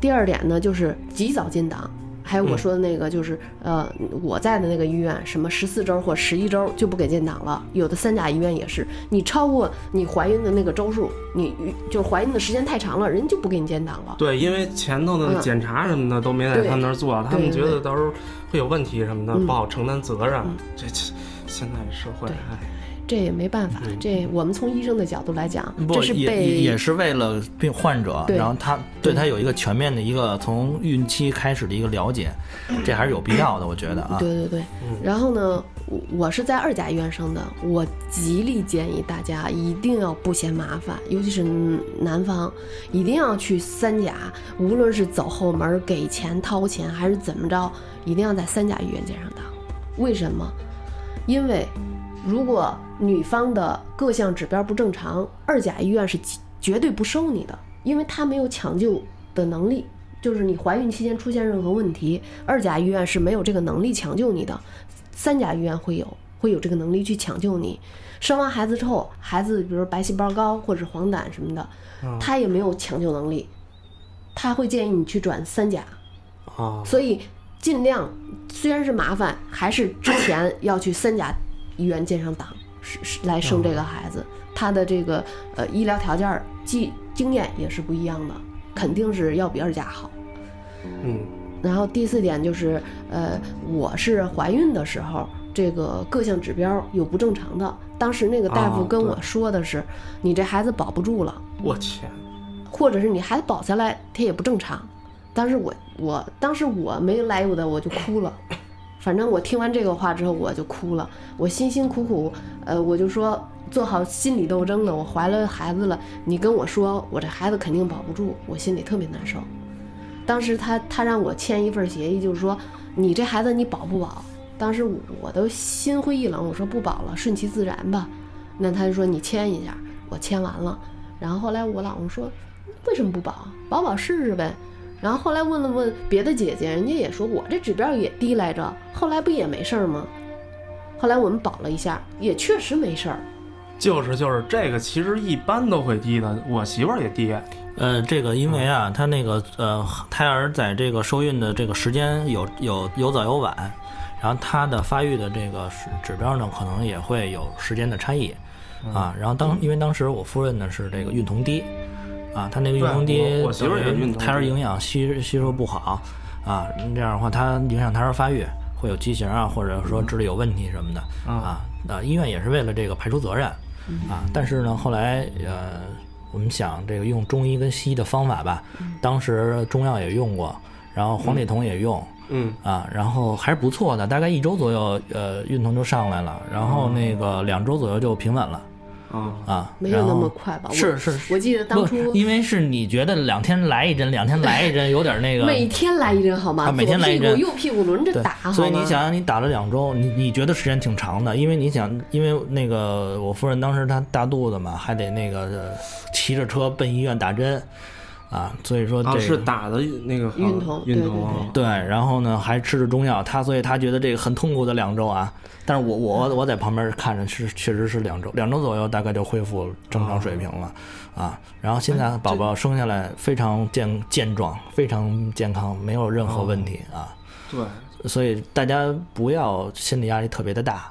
[SPEAKER 3] 第二点呢，就是及早进档。还有我说的那个，就是、
[SPEAKER 2] 嗯
[SPEAKER 3] 呃，我在的那个医院，什么十四周或十一周就不给建档了。有的三甲医院也是，你超过你怀孕的那个周数，你就是怀孕的时间太长了，人家就不给你建档了。
[SPEAKER 1] 对，因为前头的
[SPEAKER 3] 嗯
[SPEAKER 1] 检查什么的都没在
[SPEAKER 3] 对
[SPEAKER 1] 他们那儿做，他们
[SPEAKER 3] 对
[SPEAKER 1] 觉
[SPEAKER 3] 对
[SPEAKER 1] 得到时候会有问题什么的，
[SPEAKER 3] 嗯
[SPEAKER 1] 不好承担责任。这这现在社会，
[SPEAKER 3] 对
[SPEAKER 1] 哎，
[SPEAKER 3] 这也没办法，这我们从医生的角度来讲，
[SPEAKER 2] 嗯不
[SPEAKER 3] 这是
[SPEAKER 2] 也也也
[SPEAKER 3] 被
[SPEAKER 2] 是为了病患者，
[SPEAKER 3] 对
[SPEAKER 2] 然后他对他有一个全面的一个从孕期开始的一个了解，这还是有必要的，我觉得啊。
[SPEAKER 3] 对对对。然后呢，我我是在二甲医院生的，我极力建议大家一定要不嫌麻烦，尤其是南方，一定要去三甲，无论是走后门给钱掏钱还是怎么着，一定要在三甲医院见上档。为什么？因为如果女方的各项指标不正常，二甲医院是绝绝对不收你的，因为他没有抢救的能力。就是你怀孕期间出现任何问题，二甲医院是没有这个能力抢救你的，三甲医院会有会有这个能力去抢救你。生完孩子之后，孩子比如白细胞高或者是黄疸什么的，他也没有抢救能力，他会建议你去转三甲。
[SPEAKER 1] 啊，
[SPEAKER 3] 所以尽量虽然是麻烦，还是之前要去三甲医院建上档，是是来生这个孩子，他的这个呃医疗条件儿、经经验也是不一样的，肯定是要比二甲好。
[SPEAKER 1] 嗯
[SPEAKER 3] 然后第四点就是，呃，我是怀孕的时候，这个各项指标有不正常的，当时那个大夫
[SPEAKER 1] 啊
[SPEAKER 3] 跟
[SPEAKER 1] 对
[SPEAKER 3] 我说的是，你这孩子保不住了。
[SPEAKER 1] 我天，
[SPEAKER 3] 或者是你孩子保下来，他也不正常。当时我我当时我没来由的我就哭了，反正我听完这个话之后我就哭了，我辛辛苦苦，呃，我就说做好心理斗争了，我怀了孩子了，你跟我说我这孩子肯定保不住，我心里特别难受。当时他他让我签一份协议，就是说你这孩子你保不保？当时我都心灰意冷，我说不保了，顺其自然吧。那他就说你签一下，我签完了。然后后来我老公说为什么不保？保保试试呗。然后后来问了问别的姐姐，人家也说我这指标也低来着，后来不也没事儿吗？后来我们保了一下，也确实没事儿。
[SPEAKER 1] 就是就是这个，其实一般都会低的，我媳妇儿也低。
[SPEAKER 2] 呃，这个因为啊，他那个呃，胎儿在这个受孕的这个时间有有有早有晚，然后他的发育的这个指指标呢，可能也会有时间的差异
[SPEAKER 1] 嗯
[SPEAKER 2] 啊。然后当因为当时我夫人呢是这个孕酮低啊，她那个孕酮低
[SPEAKER 1] 对我，我媳妇儿也
[SPEAKER 2] 等于
[SPEAKER 1] 孕酮低
[SPEAKER 2] 胎儿营养吸吸收不好啊，这样的话它影响胎儿发育，会有畸形啊，或者
[SPEAKER 1] 嗯
[SPEAKER 2] 说智力有问题什么的啊。那医院也是为了这个排除责任。啊，但是呢，后来呃，我们想这个用中医跟西医的方法吧，当时中药也用过，然后黄体酮也用，
[SPEAKER 1] 嗯
[SPEAKER 2] 啊，然后还是不错的，大概一周左右，呃，孕酮就上来了，然后
[SPEAKER 3] 哦
[SPEAKER 2] 那个两周左右就平稳了
[SPEAKER 1] 啊，
[SPEAKER 2] 啊，
[SPEAKER 3] 没有
[SPEAKER 2] 然
[SPEAKER 3] 那
[SPEAKER 2] 后
[SPEAKER 3] 么快吧我
[SPEAKER 2] 是是是，
[SPEAKER 3] 我记得当
[SPEAKER 2] 不
[SPEAKER 3] 初
[SPEAKER 2] 因为是你觉得两天来一针，两天来一针，有点那个
[SPEAKER 3] 每天来一针好吗？
[SPEAKER 2] 啊每天来一针
[SPEAKER 3] 左屁股右屁股轮着
[SPEAKER 2] 对
[SPEAKER 3] 打好吗？
[SPEAKER 2] 所以你想想，你打了两周，你你觉得时间挺长的，因为你想，因为那个我夫人当时她大肚子嘛，还得那个呃骑着车奔医院打针，啊，所以说这
[SPEAKER 1] 啊
[SPEAKER 2] 个、
[SPEAKER 1] 是打的那个
[SPEAKER 3] 孕酮
[SPEAKER 1] 运
[SPEAKER 3] 对
[SPEAKER 1] 动啊
[SPEAKER 2] 对，然后呢还吃着中药，她所以她觉得这个很痛苦的两周啊。但是我我我在旁边看着是确实是两周，两周左右大概就恢复正常水平了，啊，然后现在宝宝生下来非常健健壮，非常健康，没有任何问题啊。
[SPEAKER 1] 对，
[SPEAKER 2] 所以大家不要心理压力特别的大。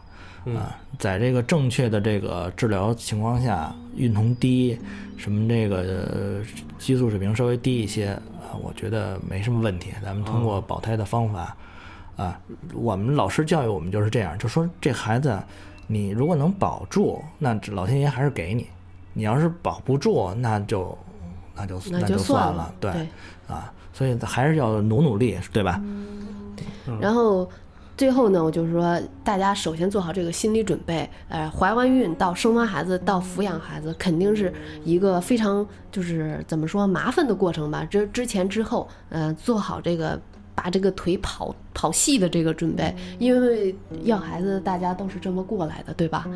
[SPEAKER 2] 啊，在这个正确的这个治疗情况下，孕酮低，什么这个呃激素水平稍微低一些啊，我觉得没什么问题。咱们通过保胎的方法，啊，我们老师教育我们就是这样，就说这孩子，你如果能保住，那老天爷还是给你；你要是保不住，那就那就
[SPEAKER 3] 那
[SPEAKER 2] 就
[SPEAKER 3] 就
[SPEAKER 2] 算
[SPEAKER 3] 算了
[SPEAKER 2] 对
[SPEAKER 3] 对嗯
[SPEAKER 2] 啊，所以还是要努努力，对吧？
[SPEAKER 3] 然后最后呢，我就是说，大家首先做好这个心理准备。呃，怀完孕到生完孩子到抚养孩子，肯定是一个非常就是怎么说麻烦的过程吧。这之前之后，呃，做好这个。把这个腿跑跑细的这个准备，因为要孩子大家都是这么过来的，对吧？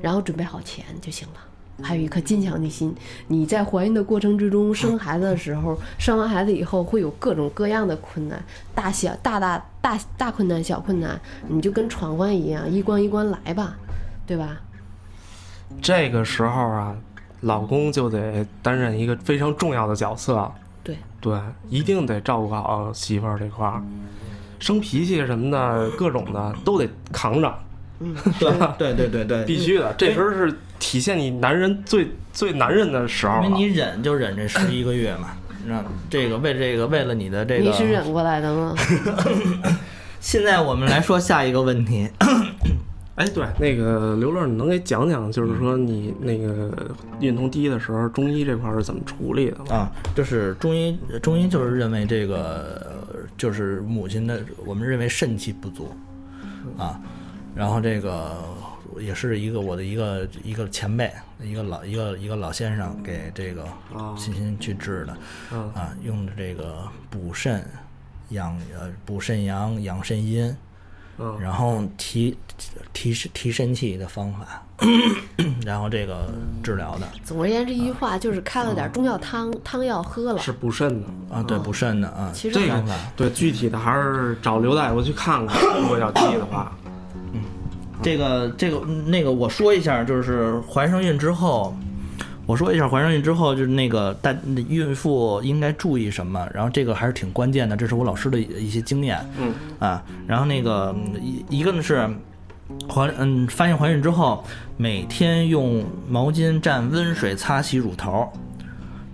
[SPEAKER 3] 然后准备好钱就行了。还有一颗坚强的心。你在怀孕的过程之中，生孩子的时候，生完孩子以后会有各种各样的困难，大小大大大大困难、小困难，你就跟闯关一样，一关一关来吧，对吧？
[SPEAKER 1] 这个时候啊，老公就得担任一个非常重要的角色，
[SPEAKER 3] 对，
[SPEAKER 1] 对，一定得照顾好媳妇儿这块儿，生脾气什么的，各种的都得扛着，对吧？
[SPEAKER 2] 对对对对
[SPEAKER 1] 必须的，这时候是体现你男人最最男人的时候啊
[SPEAKER 2] 因
[SPEAKER 1] 了。
[SPEAKER 2] 为你忍就忍这十一个月嘛，让这个为这个为了你的这个，
[SPEAKER 3] 你是忍过来的吗？
[SPEAKER 2] 现在我们来说下一个问题，
[SPEAKER 1] 哎，对，那个刘乐，你能给讲讲，就是说你那个孕酮低的时候，中医这块儿是怎么处理的吗？
[SPEAKER 2] 啊，就是中医，中医就是认为这个呃就是母亲的，我们认为肾气不足啊，然后这个也是一个我的一个一个前辈，一个老一个一个老先生给这个
[SPEAKER 1] 哦
[SPEAKER 2] 欣欣去治的，
[SPEAKER 1] 嗯
[SPEAKER 2] 啊，用的这个补肾养呃补肾阳养肾阴，
[SPEAKER 1] 嗯
[SPEAKER 2] 然后提提提提肾气的方法， 然后这个治疗的。
[SPEAKER 3] 总而言之，一句话就是开了点中药汤，
[SPEAKER 2] 嗯
[SPEAKER 3] 汤药喝了。
[SPEAKER 1] 是补肾的。
[SPEAKER 2] 啊，对补肾的啊，
[SPEAKER 3] 其实
[SPEAKER 1] 这个
[SPEAKER 2] 方法
[SPEAKER 1] 对具体的还是找刘大夫去看看，如果要低的话，
[SPEAKER 2] 这个这个嗯那个，我说一下，就是怀上孕之后，我说一下怀上孕之后，就是那个大孕妇应该注意什么，然后这个还是挺关键的，这是我老师的一些经验，嗯啊，然后那个嗯一一个呢是怀嗯发现怀孕之后，每天用毛巾蘸温水擦洗乳头，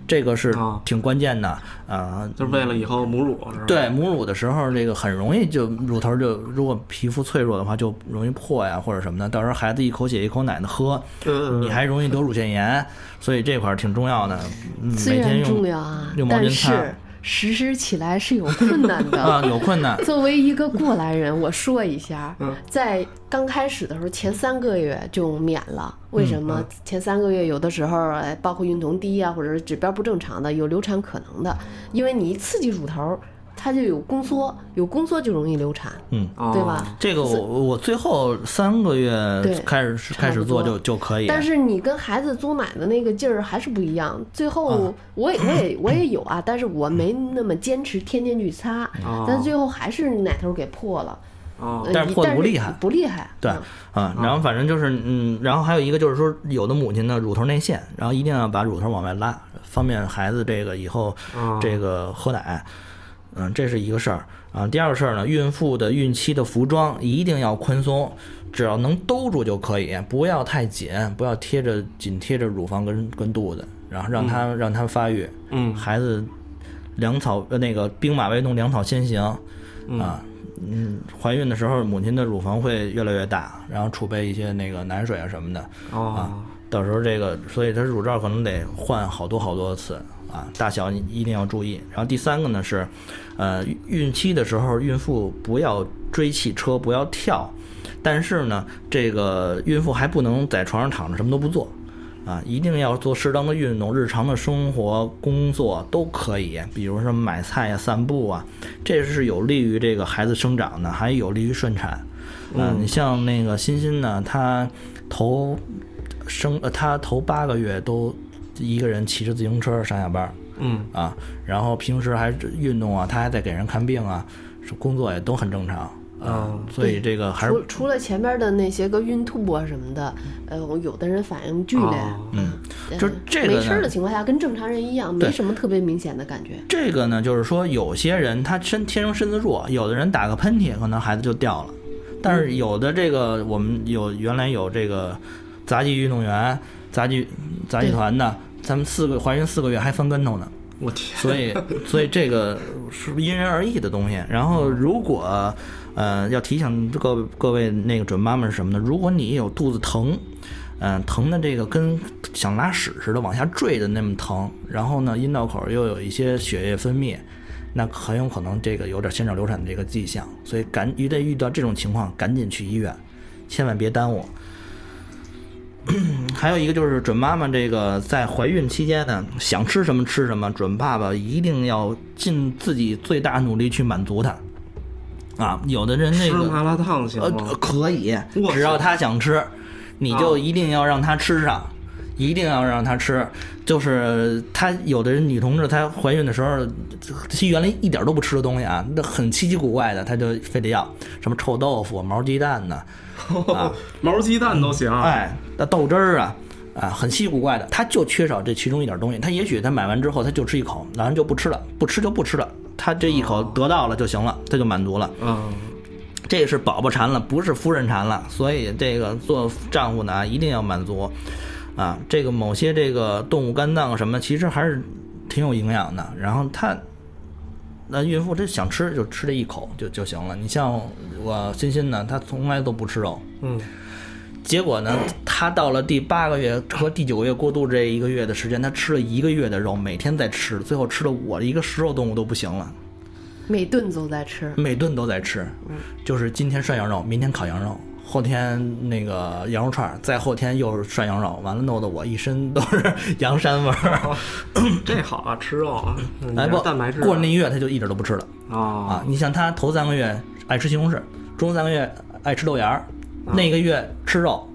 [SPEAKER 2] 这个是
[SPEAKER 1] 啊
[SPEAKER 2] 挺关键的啊，
[SPEAKER 1] 就是为了以后母乳是吧？
[SPEAKER 2] 对母乳的时候，这个很容易就乳头就如果皮肤脆弱的话，就容易破呀或者什么的，到时候孩子一口血一口奶的喝，
[SPEAKER 1] 嗯，嗯
[SPEAKER 2] 你还容易得乳腺炎，所以这块儿挺重要的。嗯
[SPEAKER 3] 虽
[SPEAKER 2] 每
[SPEAKER 3] 然
[SPEAKER 2] 天
[SPEAKER 3] 重
[SPEAKER 2] 用
[SPEAKER 3] 要啊
[SPEAKER 2] 用，毛
[SPEAKER 3] 但
[SPEAKER 2] 巾
[SPEAKER 3] 是
[SPEAKER 2] 擦
[SPEAKER 3] 实施起来是有困难 的。
[SPEAKER 2] 啊，有困难
[SPEAKER 3] 作为一个过来人，我说一下，
[SPEAKER 2] 嗯
[SPEAKER 3] 在刚开始的时候，前三个月就免了。为什
[SPEAKER 2] 嗯
[SPEAKER 3] 么？前三个月有的时候，哎，包括孕酮低啊，或者是指标不正常的，有流产可能的，因为你一刺激乳头，它就有宫缩，有宫缩就容易流产，
[SPEAKER 2] 嗯。
[SPEAKER 1] 哦
[SPEAKER 3] 对吧？
[SPEAKER 2] 这个我我最后三个
[SPEAKER 3] 对
[SPEAKER 2] 月开始
[SPEAKER 3] 差不多
[SPEAKER 2] 开始做就就可以，
[SPEAKER 3] 但是你跟孩子租奶的那个劲儿还是不一样。最
[SPEAKER 2] 哦
[SPEAKER 3] 后我也我也我也有啊，但是我没那么坚持天天去擦，
[SPEAKER 1] 哦
[SPEAKER 3] 但最后还是奶头给破了。
[SPEAKER 1] 哦
[SPEAKER 3] 呃
[SPEAKER 2] 但是破得不
[SPEAKER 3] 但是
[SPEAKER 2] 厉害
[SPEAKER 3] 不厉害。
[SPEAKER 2] 对
[SPEAKER 3] 嗯
[SPEAKER 2] 啊，然后反正就是嗯，然后还有一个就是说，有的母亲呢乳头内陷，然后一定要把乳头往外拉，方便孩子这个以后
[SPEAKER 1] 哦
[SPEAKER 2] 这个喝奶，嗯，这是一个事儿啊。第二个事儿呢，孕妇的孕期的服装一定要宽松，只要能兜住就可以，不要太紧，不要贴着紧贴着乳房跟跟肚子，然后让它、让它发育。
[SPEAKER 1] 嗯
[SPEAKER 2] 孩子粮草呃那个兵马未动，粮草先行啊。嗯，怀孕的时候，母亲的乳房会越来越大，然后储备一些那个奶水啊什么的。
[SPEAKER 1] 哦，
[SPEAKER 2] 到时候这个，所以它乳罩可能得换好多好多次啊，大小你一定要注意。然后第三个呢是，呃，孕期的时候孕妇不要追汽车，不要跳，但是呢，这个孕妇还不能在床上躺着什么都不做。啊，一定要做适当的运动，日常的生活、工作都可以，比如说买菜呀、散步啊，这是有利于这个孩子生长的，还有利于顺产。嗯，你像那个欣欣呢，她头生，呃她头八个月都一个人骑着自行车上下班儿
[SPEAKER 1] 嗯
[SPEAKER 2] 啊，然后平时还运动啊，她还在给人看病啊，是工作也都很正常。啊，
[SPEAKER 1] 嗯
[SPEAKER 2] 所以这个还是
[SPEAKER 3] 除除了前面的那些个孕吐啊什么的，呃，有的人反应剧烈，
[SPEAKER 1] 哦
[SPEAKER 2] 嗯，就这个
[SPEAKER 3] 没事儿
[SPEAKER 2] 呢
[SPEAKER 3] 的，情况下，跟正常人一样，
[SPEAKER 2] 对
[SPEAKER 3] 没什么特别明显的感觉。
[SPEAKER 2] 这个呢，就是说有些人他身天生身子弱，有的人打个喷嚏可能孩子就掉了，但是有的这个我们有原来有这个杂技运动员、杂技杂技团的，咱们四个怀孕四个月还翻跟头呢。
[SPEAKER 1] 我天，
[SPEAKER 2] 所以，所以这个是因人而异的东西。然后，如果呃要提醒各位各位那个准妈妈是什么呢？如果你有肚子疼，嗯、疼的这个跟想拉屎似的往下坠的那么疼，然后呢阴道口又有一些血液分泌，那很有可能这个有点先兆流产的这个迹象。所以赶一旦遇到这种情况，赶紧去医院，千万别耽误。还有一个就是准妈妈这个在怀孕期间呢，想吃什么吃什么，准爸爸一定要尽自己最大努力去满足她。啊，有的人那
[SPEAKER 1] 吃
[SPEAKER 2] 个
[SPEAKER 1] 麻辣烫行
[SPEAKER 2] 呃
[SPEAKER 1] 吗？
[SPEAKER 2] 可以
[SPEAKER 1] 我，
[SPEAKER 2] 只要他想吃，你就
[SPEAKER 1] 啊
[SPEAKER 2] 一定要让他吃上。一定要让他吃，就是她有的人女同志，她怀孕的时候，她原来一点都不吃的东西啊，那很稀奇古怪的，她就非得要什么臭豆腐、毛鸡蛋呢，啊
[SPEAKER 1] 毛鸡蛋都行。
[SPEAKER 2] 哎，那豆汁儿啊，啊，很稀奇古怪的，他就缺少这其中一点东西。他也许他买完之后他就吃一口，然后就不吃了，不吃就不吃了，他这一口得到了就行了，他就满足了。
[SPEAKER 1] 嗯，
[SPEAKER 2] 这个是宝宝馋了，不是夫人馋了，所以这个做丈夫呢啊一定要满足，啊，这个某些这个动物肝脏什么，其实还是挺有营养的。然后它，那孕妇这想吃就吃这一口就就行了。你像我欣欣呢，她从来都不吃肉，
[SPEAKER 1] 嗯，
[SPEAKER 2] 结果呢，她到了第八个月和第九个月过渡这一个月的时间，她吃了一个月的肉，每天在吃，最后吃的我一个食肉动物都不行了。
[SPEAKER 3] 每顿都在吃，
[SPEAKER 1] 嗯
[SPEAKER 2] 每顿都在吃，就是今天涮羊肉，明天烤羊肉，后天那个羊肉串儿，再后天又是涮羊肉，完了弄得我一身都是 羊膻味儿。
[SPEAKER 1] 这好啊，吃肉啊，嗯
[SPEAKER 2] 哎
[SPEAKER 1] 也
[SPEAKER 2] 不，
[SPEAKER 1] 哦是蛋白质啊
[SPEAKER 2] 过了那一月他就一点都不吃了
[SPEAKER 1] 啊
[SPEAKER 2] 啊！你像他头三个月爱吃西红柿，中三个月爱吃豆芽儿，那个月吃肉，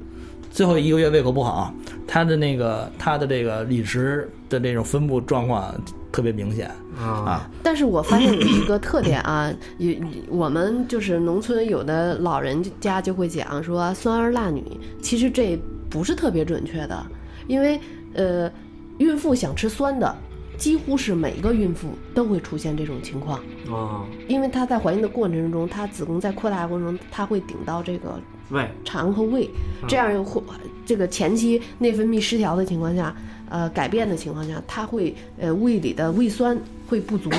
[SPEAKER 2] 最后一个月胃口不好，他的那个他的这个饮食的这种分布状况特别明显
[SPEAKER 1] 啊
[SPEAKER 2] 啊。
[SPEAKER 3] 但是我发现有一个特点啊， 有我们就是农村有的老人家就会讲说酸儿辣女，其实这不是特别准确的，因为呃，孕妇想吃酸的，几乎是每一个孕妇都会出现这种情况，
[SPEAKER 1] 啊！
[SPEAKER 3] 因为她在怀孕的过程中，她子宫在扩大的过程中，她会顶到这个
[SPEAKER 1] 喂，
[SPEAKER 3] 肠和胃，这样又会这个前期内分泌失调的情况下，呃，改变的情况下，它会呃胃里的胃酸会不足，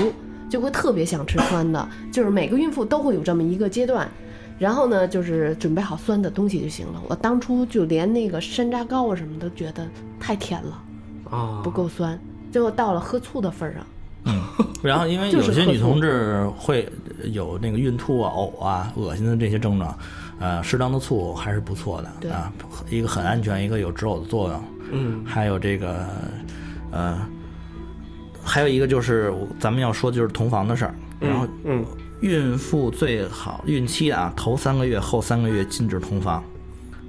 [SPEAKER 3] 就会特别想吃酸的，就是每个孕妇都会有这么一个阶段。然后呢，就是准备好酸的东西就行了。我当初就连那个山楂糕啊什么都觉得太甜了，
[SPEAKER 1] 啊，
[SPEAKER 3] 不够酸，最后到了喝醋的份儿上，
[SPEAKER 2] 然后，因为有些女同志会有那个孕吐啊、呕啊、恶心的这些症状，呃，适当的醋还是不错
[SPEAKER 3] 对
[SPEAKER 2] 的啊，一个很安全，一个有止呕的作用，
[SPEAKER 1] 嗯，
[SPEAKER 2] 还有这个，呃，还有一个就是我咱们要说的就是同房的事儿。然后，
[SPEAKER 1] 嗯
[SPEAKER 2] 孕妇最好孕期啊，头三个月、后三个月禁止同房，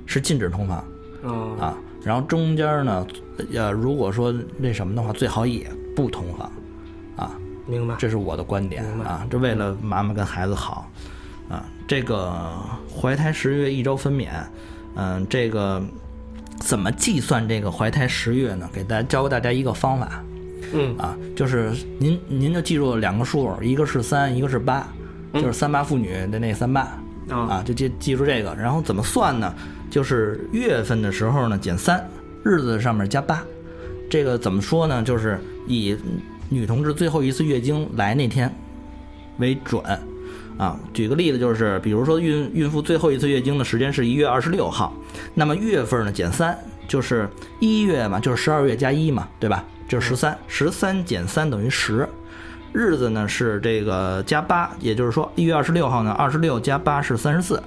[SPEAKER 2] 是禁止同房。
[SPEAKER 1] 嗯啊
[SPEAKER 2] 啊，然后中间呢，呃，如果说那什么的话，最好也不同房，啊，
[SPEAKER 1] 明白。
[SPEAKER 2] 这是我的观点啊，这为了妈妈跟孩子好，啊，这个怀胎十月一周分娩，嗯、这个怎么计算这个怀胎十月呢？给大家教大家一个方法，
[SPEAKER 1] 嗯
[SPEAKER 2] 啊，就是您您就记住两个数，一个是三，一个是八，就是三八妇女的那三八、
[SPEAKER 1] 啊
[SPEAKER 2] 啊，就记记住这个。然后怎么算呢？就是月份的时候呢减三，日子上面加八。这个怎么说呢？就是以女同志最后一次月经来那天为准。啊，举个例子，就是比如说孕孕妇最后一次月经的时间是一月二十六号，那么月份呢减三，就是一月嘛，就是十二月加一嘛，对吧？就是十三，十三减三等于十。日子呢是这个加八，也就是说一月二十六号呢，二十六加八是三十四。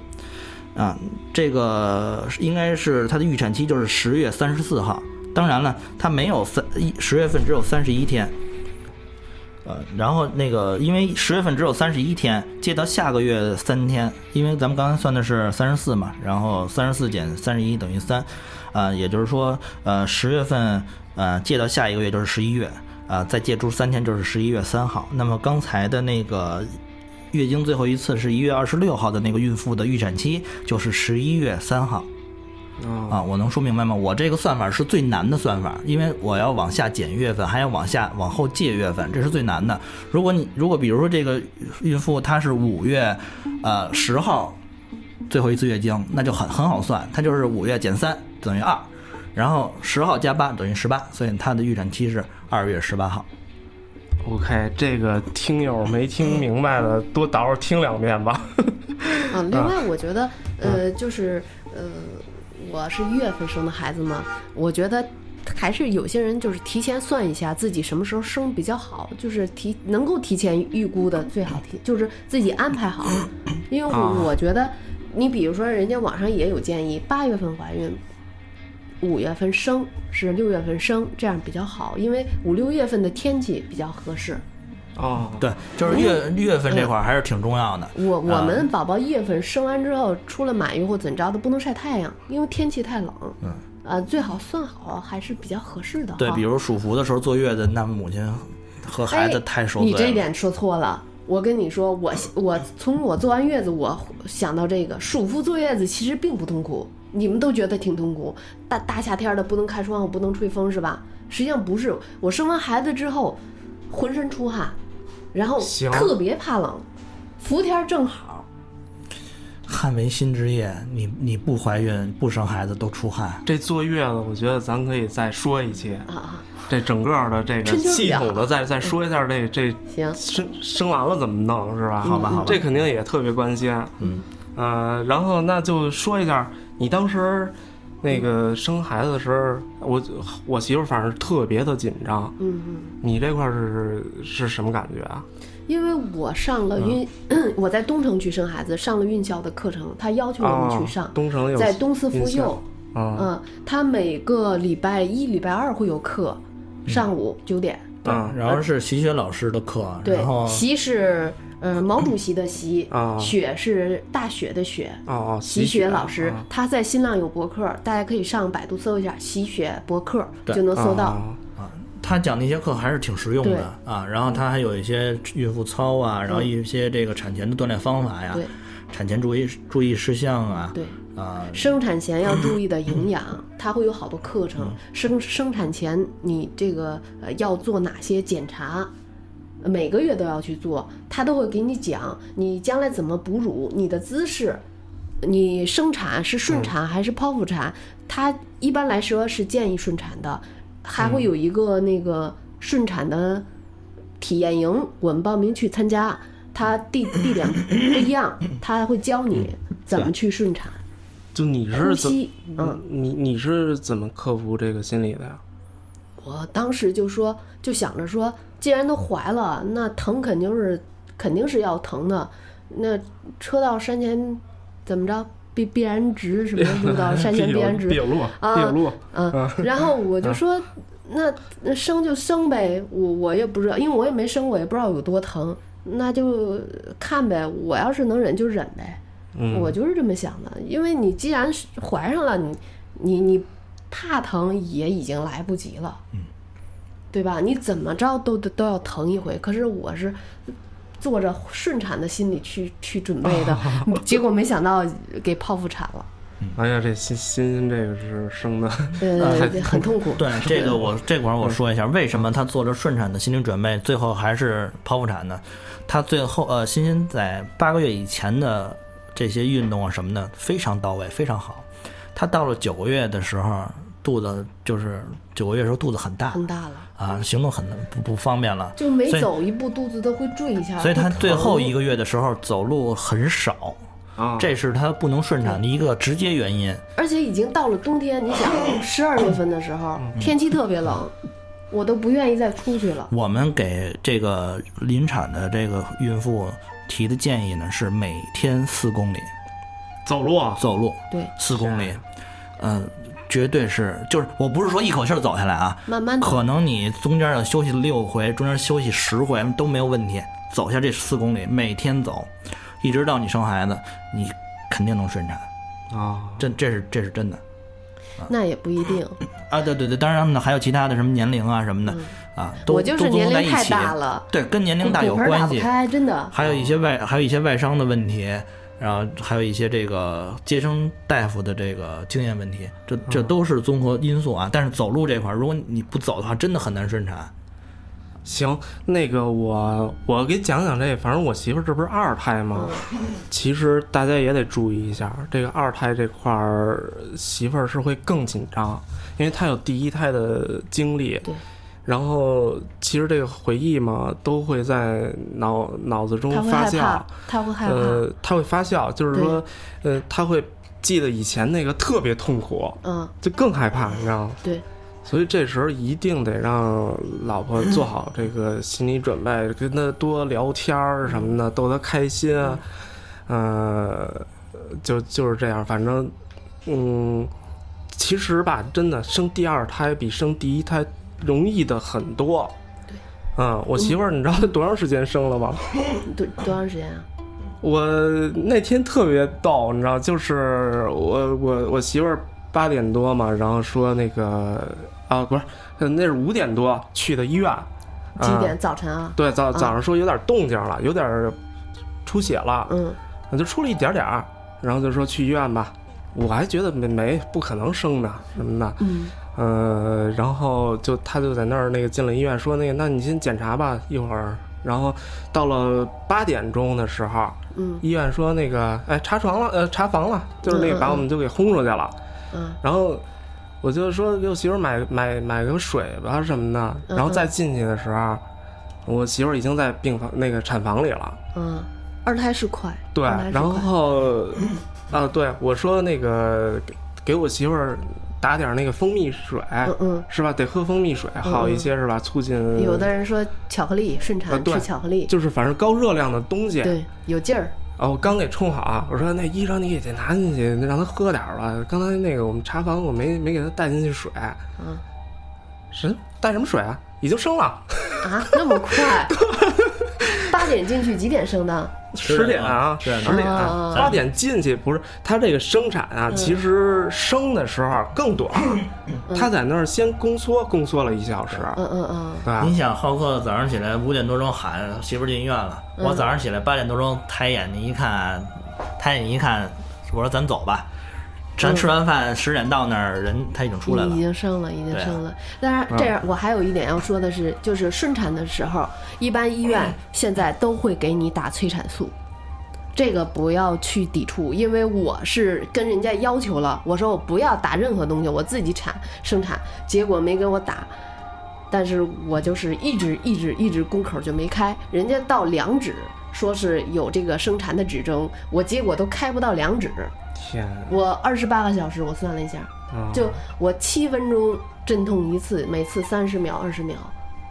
[SPEAKER 2] 啊，这个是应该是她的预产期就是十月三十四号。当然了，她没有三一十月份只有三十一天。呃，然后那个，因为十月份只有三十一天，借到下个月三天，因为咱们刚才算的是三十四嘛，然后三十四减三十一等于三，啊，也就是说，呃，十月份，呃，借到下一个月就是十一月，啊，再借出三天就是十一月三号。那么刚才的那个月经最后一次是一月二十六号的那个孕妇的预产期就是十一月三号，
[SPEAKER 1] 哦
[SPEAKER 2] 啊，
[SPEAKER 3] 嗯
[SPEAKER 2] 我能说明白吗？我这个算法是最难的算法，因为我要往下减月份，还要往下往后借月份，这是最难的。如果你如果比如说这个孕妇她是五月呃十号最后一次月经，那就很很好算，它就是五月减三等于二，然后十号加八等于十八，所以她的预产期是二月十八号。
[SPEAKER 1] OK，这个听友没听明白的，多倒着听两遍吧。
[SPEAKER 3] 嗯，另外我觉得，呃，就是呃，我是一月份生的孩子嘛，我觉得还是有些人就是提前算一下自己什么时候生比较好，就是提能够提前预估的最好提，就是自己安排好，因为
[SPEAKER 1] 啊
[SPEAKER 3] 我觉得，你比如说人家网上也有建议，八月份怀孕。五月份生是六月份生，这样比较好，因为五六月份的天气比较合适。
[SPEAKER 1] 哦，
[SPEAKER 2] 对，就是月月份这块儿还是挺重要的。
[SPEAKER 3] 我我
[SPEAKER 2] 啊
[SPEAKER 3] 们宝宝一月份生完之后，出了满月或怎着的，不能晒太阳，因为天气太冷。嗯，呃，最好算好还是比较合适的哈。
[SPEAKER 2] 对，比如属虎的时候坐月子，那母亲和孩子太受
[SPEAKER 3] 哎
[SPEAKER 2] 罪
[SPEAKER 3] 你
[SPEAKER 2] 了。
[SPEAKER 3] 这一点说错了。我跟你说，我我从我坐完月子，我想到这个暑伏坐月子其实并不痛苦，你们都觉得挺痛苦，大大夏天的不能开窗户，不能吹风是吧？实际上不是，我生完孩子之后，浑身出汗，然后
[SPEAKER 1] 行
[SPEAKER 3] 特别怕冷，伏天儿正好，
[SPEAKER 2] 汗为心之液，你你不怀孕不生孩子都出汗。
[SPEAKER 1] 这坐月子，我觉得咱可以再说一期，
[SPEAKER 3] 啊啊，
[SPEAKER 1] 这整个的这个
[SPEAKER 3] 春秋啊
[SPEAKER 1] 系
[SPEAKER 3] 表
[SPEAKER 1] 统的再再说一下这这
[SPEAKER 3] 行。
[SPEAKER 1] 生生完了怎么弄是吧？
[SPEAKER 3] 嗯
[SPEAKER 2] 好吧好吧
[SPEAKER 1] 这肯定也特别关心。
[SPEAKER 2] 嗯，
[SPEAKER 1] 呃，然后那就说一下你当时那个生孩子的时候，我我媳妇反正特别的紧张，
[SPEAKER 3] 嗯嗯。
[SPEAKER 1] 你这块儿是是什么感觉啊？
[SPEAKER 3] 因为我上
[SPEAKER 1] 嗯
[SPEAKER 3] 了运， 我在东城区生孩子，上了运校的课程，他要求我们
[SPEAKER 1] 啊
[SPEAKER 3] 去上，，
[SPEAKER 1] 东城有
[SPEAKER 3] 在东四妇
[SPEAKER 1] 印象
[SPEAKER 3] 幼，
[SPEAKER 1] 啊
[SPEAKER 3] 嗯，他每个礼拜一、礼拜二会有课，
[SPEAKER 1] 嗯
[SPEAKER 3] 上午九点，
[SPEAKER 1] 啊
[SPEAKER 2] 然后是习学老师的课，
[SPEAKER 3] 对
[SPEAKER 2] 然，后
[SPEAKER 3] 习是呃毛主席的习
[SPEAKER 1] 啊，
[SPEAKER 3] 雪是大雪的雪。
[SPEAKER 1] 哦哦，
[SPEAKER 3] 习学老师
[SPEAKER 1] 啊，
[SPEAKER 3] 他在新浪有博客，大家可以上百度搜一下“习学博客”，
[SPEAKER 2] 对
[SPEAKER 3] 就能搜到。
[SPEAKER 1] 啊
[SPEAKER 2] 他讲那些课还是挺实用的啊。
[SPEAKER 3] 嗯
[SPEAKER 2] 然后他还有一些孕妇操啊，然后一些这个产前的锻炼方法呀，
[SPEAKER 3] 对
[SPEAKER 2] 产前注意注意事项啊，
[SPEAKER 3] 对，
[SPEAKER 2] 啊，
[SPEAKER 3] 生产前要注意的营养，它会有好多课程。生生产前你这个呃要做哪些检查，呃每个月都要去做，它都会给你讲你将来怎么哺乳，你的姿势，你生产是顺产还是剖腹产，它一般来说是建议顺产的，还会有一个那个顺产的体验营，我们报名去参加。它地地点不一样，它会教你怎么去顺产。
[SPEAKER 1] 就你
[SPEAKER 3] 呼
[SPEAKER 1] 是怎
[SPEAKER 3] 吸，嗯，
[SPEAKER 1] 你你是怎么克服这个心理的呀？
[SPEAKER 3] 我当时就说，就想着说，既然都怀了，那疼肯定是肯定是要疼的，那车到山前怎么着，必必然直什么路到山前必然直，
[SPEAKER 1] 有路，
[SPEAKER 3] 啊
[SPEAKER 1] 必有路，
[SPEAKER 3] 嗯，然后我就说，那那生就生呗，我我也不知道，因为我也没生，我也不知道有多疼，那就看呗，我要是能忍就忍呗，
[SPEAKER 1] 嗯，
[SPEAKER 3] 我就是这么想的，因为你既然是怀上了，你你你怕疼也已经来不及了，嗯，对吧？你怎么着都都都要疼一回。可是我是做着顺产的心理去去准备的，结果没想到给剖腹产了，
[SPEAKER 1] 哎呀，这欣欣欣这个是生的，
[SPEAKER 3] 呃，很痛苦。
[SPEAKER 2] 对这个我这块儿
[SPEAKER 3] 嗯
[SPEAKER 2] 我说一下，为什么他做了顺产的心理准备，最后还是剖腹产呢？他最后呃，欣欣在八个月以前的这些运动啊什么的非常到位，非常好。他到了九个月的时候，肚子就是九个月的时候肚子很大
[SPEAKER 3] 很大了，
[SPEAKER 2] 啊，行动很不不方便了，
[SPEAKER 3] 嗯就每
[SPEAKER 2] 所以
[SPEAKER 3] 走一步肚子都会坠一下，
[SPEAKER 2] 所以他
[SPEAKER 3] 会
[SPEAKER 2] 最后
[SPEAKER 3] 疼
[SPEAKER 2] 一个月的时候走路很少，
[SPEAKER 1] 啊，
[SPEAKER 2] 这是他不能顺产的一个直接原因。
[SPEAKER 3] 而且已经到了冬天，你想
[SPEAKER 2] 嗯
[SPEAKER 3] 十二月份的时候，天气特别冷，我都不愿意再出去了。
[SPEAKER 2] 我们给这个临产的这个孕妇提的建议呢是每天四公里
[SPEAKER 1] 走路啊，
[SPEAKER 2] 走路，
[SPEAKER 3] 对，
[SPEAKER 2] 四公里，嗯、绝对是，就是我不是说一口气儿走下来啊，
[SPEAKER 3] 慢慢走
[SPEAKER 2] 可能你中间要休息六回，中间休息十回都没有问题，走下这四公里，每天走，一直到你生孩子，你肯定能顺产，
[SPEAKER 1] 啊，
[SPEAKER 2] 这这是这是真的。
[SPEAKER 3] 那也不一定。
[SPEAKER 2] 啊，对对对，当然呢，还有其他的什么年龄啊什么的、啊，都
[SPEAKER 3] 我就是
[SPEAKER 2] 都综合
[SPEAKER 3] 年
[SPEAKER 2] 在
[SPEAKER 3] 龄
[SPEAKER 2] 一
[SPEAKER 3] 太
[SPEAKER 2] 起
[SPEAKER 3] 大了，
[SPEAKER 2] 对，跟年龄大有
[SPEAKER 3] 骨盆
[SPEAKER 2] 关
[SPEAKER 3] 打
[SPEAKER 2] 系
[SPEAKER 3] 不。开，真的。
[SPEAKER 2] 还有一些外还有一些外伤的问题，然后还有一些这个接生大夫的这个经验问题，这这都是综合因素啊。但是走路这块儿，如果你不走的话，真的很难顺产。
[SPEAKER 1] 行，那个我我给讲讲这，反正我媳妇儿这不是二胎吗？
[SPEAKER 3] 嗯
[SPEAKER 1] 其实大家也得注意一下，这个二胎这块儿，媳妇儿是会更紧张，因为她有第一胎的经历。
[SPEAKER 3] 对。
[SPEAKER 1] 然后，其实这个回忆嘛，都会在脑脑子中
[SPEAKER 3] 他会
[SPEAKER 1] 发
[SPEAKER 3] 害
[SPEAKER 1] 酵
[SPEAKER 3] 怕。，他会害怕，
[SPEAKER 1] 呃，它会发酵，就是说，呃，他会记得以前那个特别痛苦，
[SPEAKER 3] 嗯，
[SPEAKER 1] 就更害怕，你知道吗？
[SPEAKER 3] 对，
[SPEAKER 1] 所以这时候一定得让老婆做好这个心理准备，跟她多聊天儿什么的，逗她开心啊。呃，就就是这样，反正，嗯，其实吧，真的生第二胎比生第一胎容易的很多。嗯，我媳妇儿，你知道她多长时间生了吗？
[SPEAKER 3] 多多长时间啊？
[SPEAKER 1] 我那天特别逗，你知道，就是我我我媳妇儿八点多嘛，然后说那个啊，不是，呃那是五点多去的医院，
[SPEAKER 3] 几
[SPEAKER 1] 啊
[SPEAKER 3] 点？早晨啊？
[SPEAKER 1] 对，早
[SPEAKER 3] 啊
[SPEAKER 1] 早上说有点动静了，有点儿出血了，
[SPEAKER 3] 嗯，
[SPEAKER 1] 就出了一点点儿，然后就说去医院吧。我还觉得没没不可能生的什么的，
[SPEAKER 3] 嗯，
[SPEAKER 1] 呃，然后就他就在那儿那个进了医院，说那个那你先检查吧，一会儿。然后到了八点钟的时候，
[SPEAKER 3] 嗯
[SPEAKER 1] 医院说那个，哎，查床了，呃，查房了，就是那
[SPEAKER 3] 嗯
[SPEAKER 1] 个
[SPEAKER 3] 嗯
[SPEAKER 1] 把我们就给轰出去了。
[SPEAKER 3] 嗯
[SPEAKER 1] 然后我就说给我媳妇儿买买买个水吧什么的。
[SPEAKER 3] 嗯
[SPEAKER 1] 然后再进去的时候，我媳妇儿已经在病房那个产房里了。
[SPEAKER 3] 嗯，二胎是快，
[SPEAKER 1] 对，
[SPEAKER 3] 二胎哦是
[SPEAKER 1] 然
[SPEAKER 3] 快
[SPEAKER 1] 后啊，对我说那个给给我媳妇儿打点那个蜂蜜水，
[SPEAKER 3] 嗯嗯，
[SPEAKER 1] 是吧？得喝蜂蜜水好一些，是吧？促进
[SPEAKER 3] 有的人说巧克力顺
[SPEAKER 1] 啊
[SPEAKER 3] 产
[SPEAKER 1] 呃对
[SPEAKER 3] 吃巧克力，
[SPEAKER 1] 就是反正高热量的东西，
[SPEAKER 3] 对，有劲儿，
[SPEAKER 1] 啊，我刚给冲好啊，我说那医生你也得拿进去，让他喝点儿吧。刚才那个我们查房，我没没给他带进去水，
[SPEAKER 3] 嗯
[SPEAKER 1] 什带什么水啊？已经生了，
[SPEAKER 3] 啊，那么快，八点进去，几点生的？
[SPEAKER 1] 十
[SPEAKER 2] 点
[SPEAKER 1] 点啊
[SPEAKER 2] 啊，
[SPEAKER 1] 十
[SPEAKER 2] 对
[SPEAKER 1] 点
[SPEAKER 3] 啊嗯
[SPEAKER 1] 啊，八点进去不是他这个生产啊，其实生的时候更短， 他在那儿先宫缩，宫缩了一小时，
[SPEAKER 3] 嗯嗯嗯，
[SPEAKER 1] 对吧
[SPEAKER 2] 你？想，浩克早上起来五点多钟喊媳妇儿进医院了，我早上起来八点多钟抬眼睛一看，抬眼睛一看，我说咱走吧，咱吃完饭十点到那儿，人他已经出来了
[SPEAKER 3] 已。经生了，已经
[SPEAKER 2] 对啊
[SPEAKER 3] 生了。但是这样，我还有一点要说的是，就是顺产的时候，一般医
[SPEAKER 2] 嗯
[SPEAKER 3] 院现在都会给你打催产素。这个不要去抵触，因为我是跟人家要求了，我说我不要打任何东西，我自己产生产，结果没给我打，但是我就是一直一直一直宫口就没开，人家到两指说是有这个生产的指征，我结果都开不到两指，
[SPEAKER 1] 天，
[SPEAKER 3] 我二十八个小时，我算了一下，
[SPEAKER 1] 啊
[SPEAKER 3] 就我七分钟阵痛一次，每次三十秒、二十秒，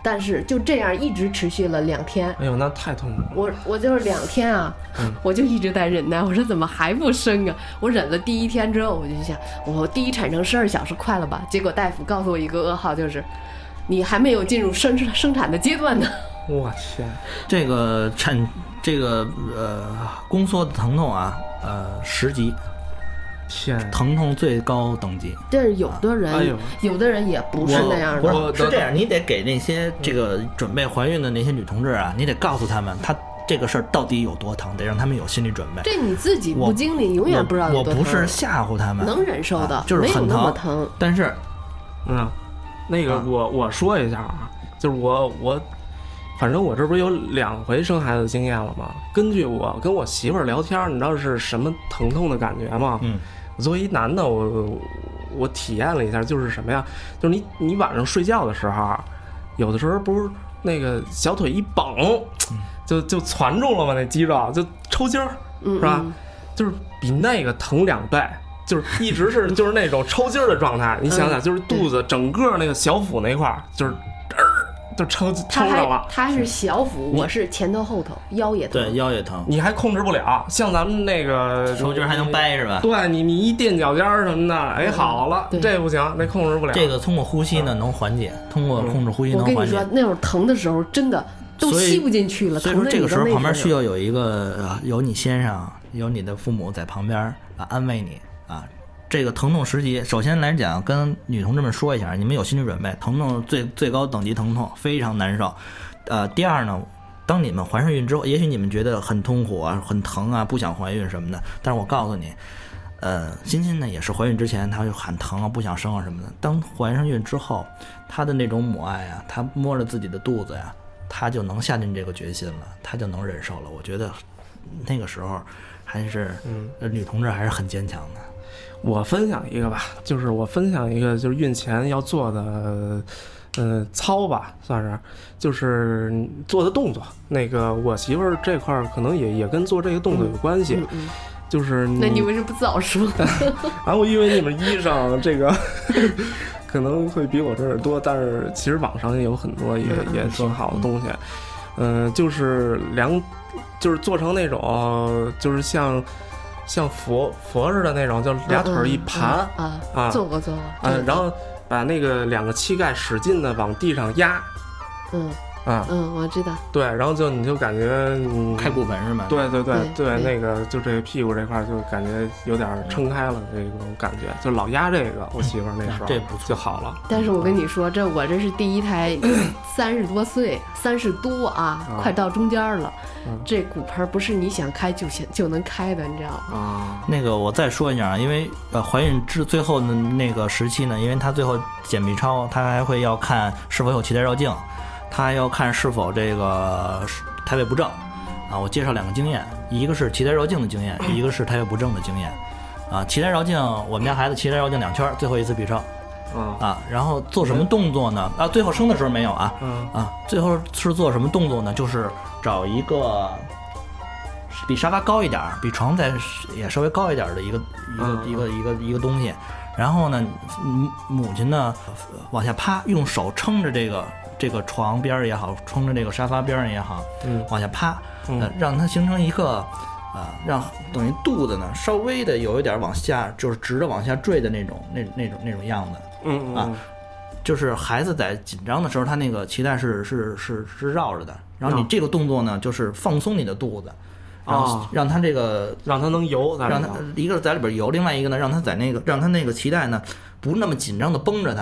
[SPEAKER 3] 但是就这样一直持续了两天。
[SPEAKER 1] 哎呦，那太痛苦了。
[SPEAKER 3] 我我就是两天啊，
[SPEAKER 2] 嗯
[SPEAKER 3] 我就一直在忍耐。我说怎么还不生啊？我忍了第一天之后，我就想，我第一产程十二小时快了吧？结果大夫告诉我一个噩耗，就是你还没有进入生生产的阶
[SPEAKER 2] 哎
[SPEAKER 3] 段呢。
[SPEAKER 1] 我天，
[SPEAKER 2] 这个产这个呃宫缩的疼痛啊，呃十级，
[SPEAKER 1] 天，啊
[SPEAKER 2] 疼痛最高等级。
[SPEAKER 3] 但是有的人，
[SPEAKER 1] 哎呦
[SPEAKER 3] 有的人也不是那样
[SPEAKER 2] 不
[SPEAKER 3] 的。
[SPEAKER 1] 我
[SPEAKER 2] 是是这样，你得给那些这个准备怀孕的那些女同志啊，你得告诉她们，她这个事儿到底有多疼，得让她们有心理准备。
[SPEAKER 3] 这你自己
[SPEAKER 2] 我
[SPEAKER 3] 不经历，永远不知道有
[SPEAKER 2] 我
[SPEAKER 3] 多
[SPEAKER 2] 不
[SPEAKER 3] 疼
[SPEAKER 2] 是吓唬她们，
[SPEAKER 3] 能忍受的，
[SPEAKER 2] 啊就是
[SPEAKER 3] 没有
[SPEAKER 2] 很
[SPEAKER 3] 那么
[SPEAKER 2] 疼
[SPEAKER 3] 疼。
[SPEAKER 2] 但是
[SPEAKER 1] 嗯，那个
[SPEAKER 2] 啊
[SPEAKER 1] 我我说一下啊，就是我我，反正我这不是有两回生孩子的经验了吗？根据我跟我媳妇儿聊天儿，你知道是什么疼痛的感觉吗？
[SPEAKER 2] 嗯，
[SPEAKER 1] 我作为一男的，我我体验了一下，就是什么呀？就是你你晚上睡觉的时候，啊有的时候不是那个小腿一绷，
[SPEAKER 2] 嗯
[SPEAKER 1] 就就攒住了嘛，那肌肉啊就抽筋儿，
[SPEAKER 3] 嗯
[SPEAKER 1] 是吧？
[SPEAKER 3] 嗯
[SPEAKER 1] 就是比那个疼两倍，就是一直 是就是那种抽筋儿的状态。你想
[SPEAKER 3] 嗯
[SPEAKER 1] 想，就是肚子整个那个小腹那块儿，就是呃就抽抽
[SPEAKER 3] 他
[SPEAKER 1] 着
[SPEAKER 3] 还
[SPEAKER 1] 了，
[SPEAKER 3] 他是小腹，我是前头后头，腰也
[SPEAKER 2] 对
[SPEAKER 3] 疼。
[SPEAKER 2] 腰也疼，
[SPEAKER 1] 你还控制不了。像咱们那个
[SPEAKER 2] 手筋儿还能。掰是吧？
[SPEAKER 1] 对你，你一垫脚尖儿什么的，哎，好了，
[SPEAKER 3] 嗯对
[SPEAKER 1] 这不行，那控制不了。
[SPEAKER 2] 这个通过呼吸呢能缓解，通过控制呼吸
[SPEAKER 3] 我
[SPEAKER 2] 能
[SPEAKER 3] 跟
[SPEAKER 2] 缓
[SPEAKER 3] 你
[SPEAKER 2] 解
[SPEAKER 3] 说。，那会儿疼的时候，真的都
[SPEAKER 2] 所以
[SPEAKER 3] 吸不进去了，
[SPEAKER 2] 所以
[SPEAKER 3] 疼
[SPEAKER 2] 说
[SPEAKER 3] 的
[SPEAKER 2] 这
[SPEAKER 3] 你
[SPEAKER 2] 个时
[SPEAKER 3] 都
[SPEAKER 2] 候
[SPEAKER 3] 内
[SPEAKER 2] 旁边
[SPEAKER 3] 分
[SPEAKER 2] 需
[SPEAKER 3] 泌
[SPEAKER 2] 要有一个呃有你先生有你的父母在旁边啊安慰你啊。这个疼痛十级，首先来讲，跟女同志们说一下，你们有心理准备，疼痛最最高等级疼痛非常难受。呃，第二呢，当你们怀上孕之后，也许你们觉得很痛苦啊、很疼啊、不想怀孕什么的，但是我告诉你，呃，欣欣呢也是怀孕之前，她就喊疼啊、不想生啊什么的。当怀上孕之后，她的那种母爱啊，她摸着自己的肚子呀、她就能下定这个决心了，她就能忍受了。我觉得那个时候还是、呃女同志还是很坚强的。
[SPEAKER 1] 我分享一个吧，就是我分享一个，就是孕前要做的，呃，操吧，算是，就是做的动作。那个我媳妇儿这块儿可能也也跟做这个动作有关系，
[SPEAKER 3] 嗯嗯，
[SPEAKER 1] 就是
[SPEAKER 3] 那你为什么不早说？
[SPEAKER 1] 然后因为你们衣裳这个 可能会比我这儿多，但是其实网上也有很多也
[SPEAKER 3] 嗯
[SPEAKER 1] 也挺好的东西，嗯、就是量，就是做成那种就是像像佛佛似的那种，就俩腿儿一盘。
[SPEAKER 3] 嗯嗯
[SPEAKER 1] 啊
[SPEAKER 3] 啊，做过做过，
[SPEAKER 1] 啊，
[SPEAKER 3] 嗯
[SPEAKER 1] 然后把那个两个膝盖使劲的往地上压
[SPEAKER 3] 嗯
[SPEAKER 1] 啊，
[SPEAKER 3] 嗯，我知道，
[SPEAKER 1] 对，然后就你就感觉你
[SPEAKER 2] 开骨盆是吗？，
[SPEAKER 1] 对对对
[SPEAKER 3] 对
[SPEAKER 1] 对，
[SPEAKER 3] 对
[SPEAKER 1] 那个就这屁股这块儿就感觉有点儿撑开了那种感觉，就老压这个，我媳妇儿那时候
[SPEAKER 2] 这不错
[SPEAKER 1] 就好了，
[SPEAKER 3] 但是我跟你说，这我这是第一 胎，三十多岁，三十多啊，
[SPEAKER 1] 啊
[SPEAKER 3] 快到中间儿了，
[SPEAKER 1] 嗯
[SPEAKER 3] 这骨盆儿不是你想开就行就能开的，你知道吗？
[SPEAKER 1] 啊，
[SPEAKER 2] 那个我再说一下啊，因为呃怀孕至最后的那个时期呢，因为她最后检 B 超，她还会要看是否有脐带绕颈，她还要看是否这个是胎位不正啊。我介绍两个经验，一个是脐带绕颈的经验，一个是胎位不正的经验。啊，脐带绕颈，我们家孩子脐带绕颈两圈儿，最后一次 B 超
[SPEAKER 1] 嗯
[SPEAKER 2] 啊。然后做什么动作呢？啊，最后生的时候没有啊，
[SPEAKER 1] 嗯
[SPEAKER 2] 啊，最后是做什么动作呢？就是找一个比沙发高一点儿，比床再也稍微高一点儿的一个一个、
[SPEAKER 1] 嗯
[SPEAKER 2] 一个一个一个东西，然后呢，母母亲呢往下趴，用手撑着这个这个床边儿也好，撑着这个沙发边儿也好，
[SPEAKER 1] 嗯
[SPEAKER 2] 往下趴，
[SPEAKER 1] 嗯
[SPEAKER 2] 呃，让它形成一个，啊，让等于肚子呢稍微的有一点儿往下，就是直着往下坠的那种那那种那种样子。
[SPEAKER 1] 嗯
[SPEAKER 2] 啊就是孩子在紧张的时候，他那个脐带是是是是绕着的。然后你
[SPEAKER 1] 嗯
[SPEAKER 2] 这个动作呢，就是放松你的肚子，然后
[SPEAKER 1] 哦
[SPEAKER 2] 让他这个
[SPEAKER 1] 让它能游，咱
[SPEAKER 2] 让
[SPEAKER 1] 们
[SPEAKER 2] 他一个是在啊里边游，另外一个呢，让他在那个让他那个脐带呢不那么紧张的绷着他，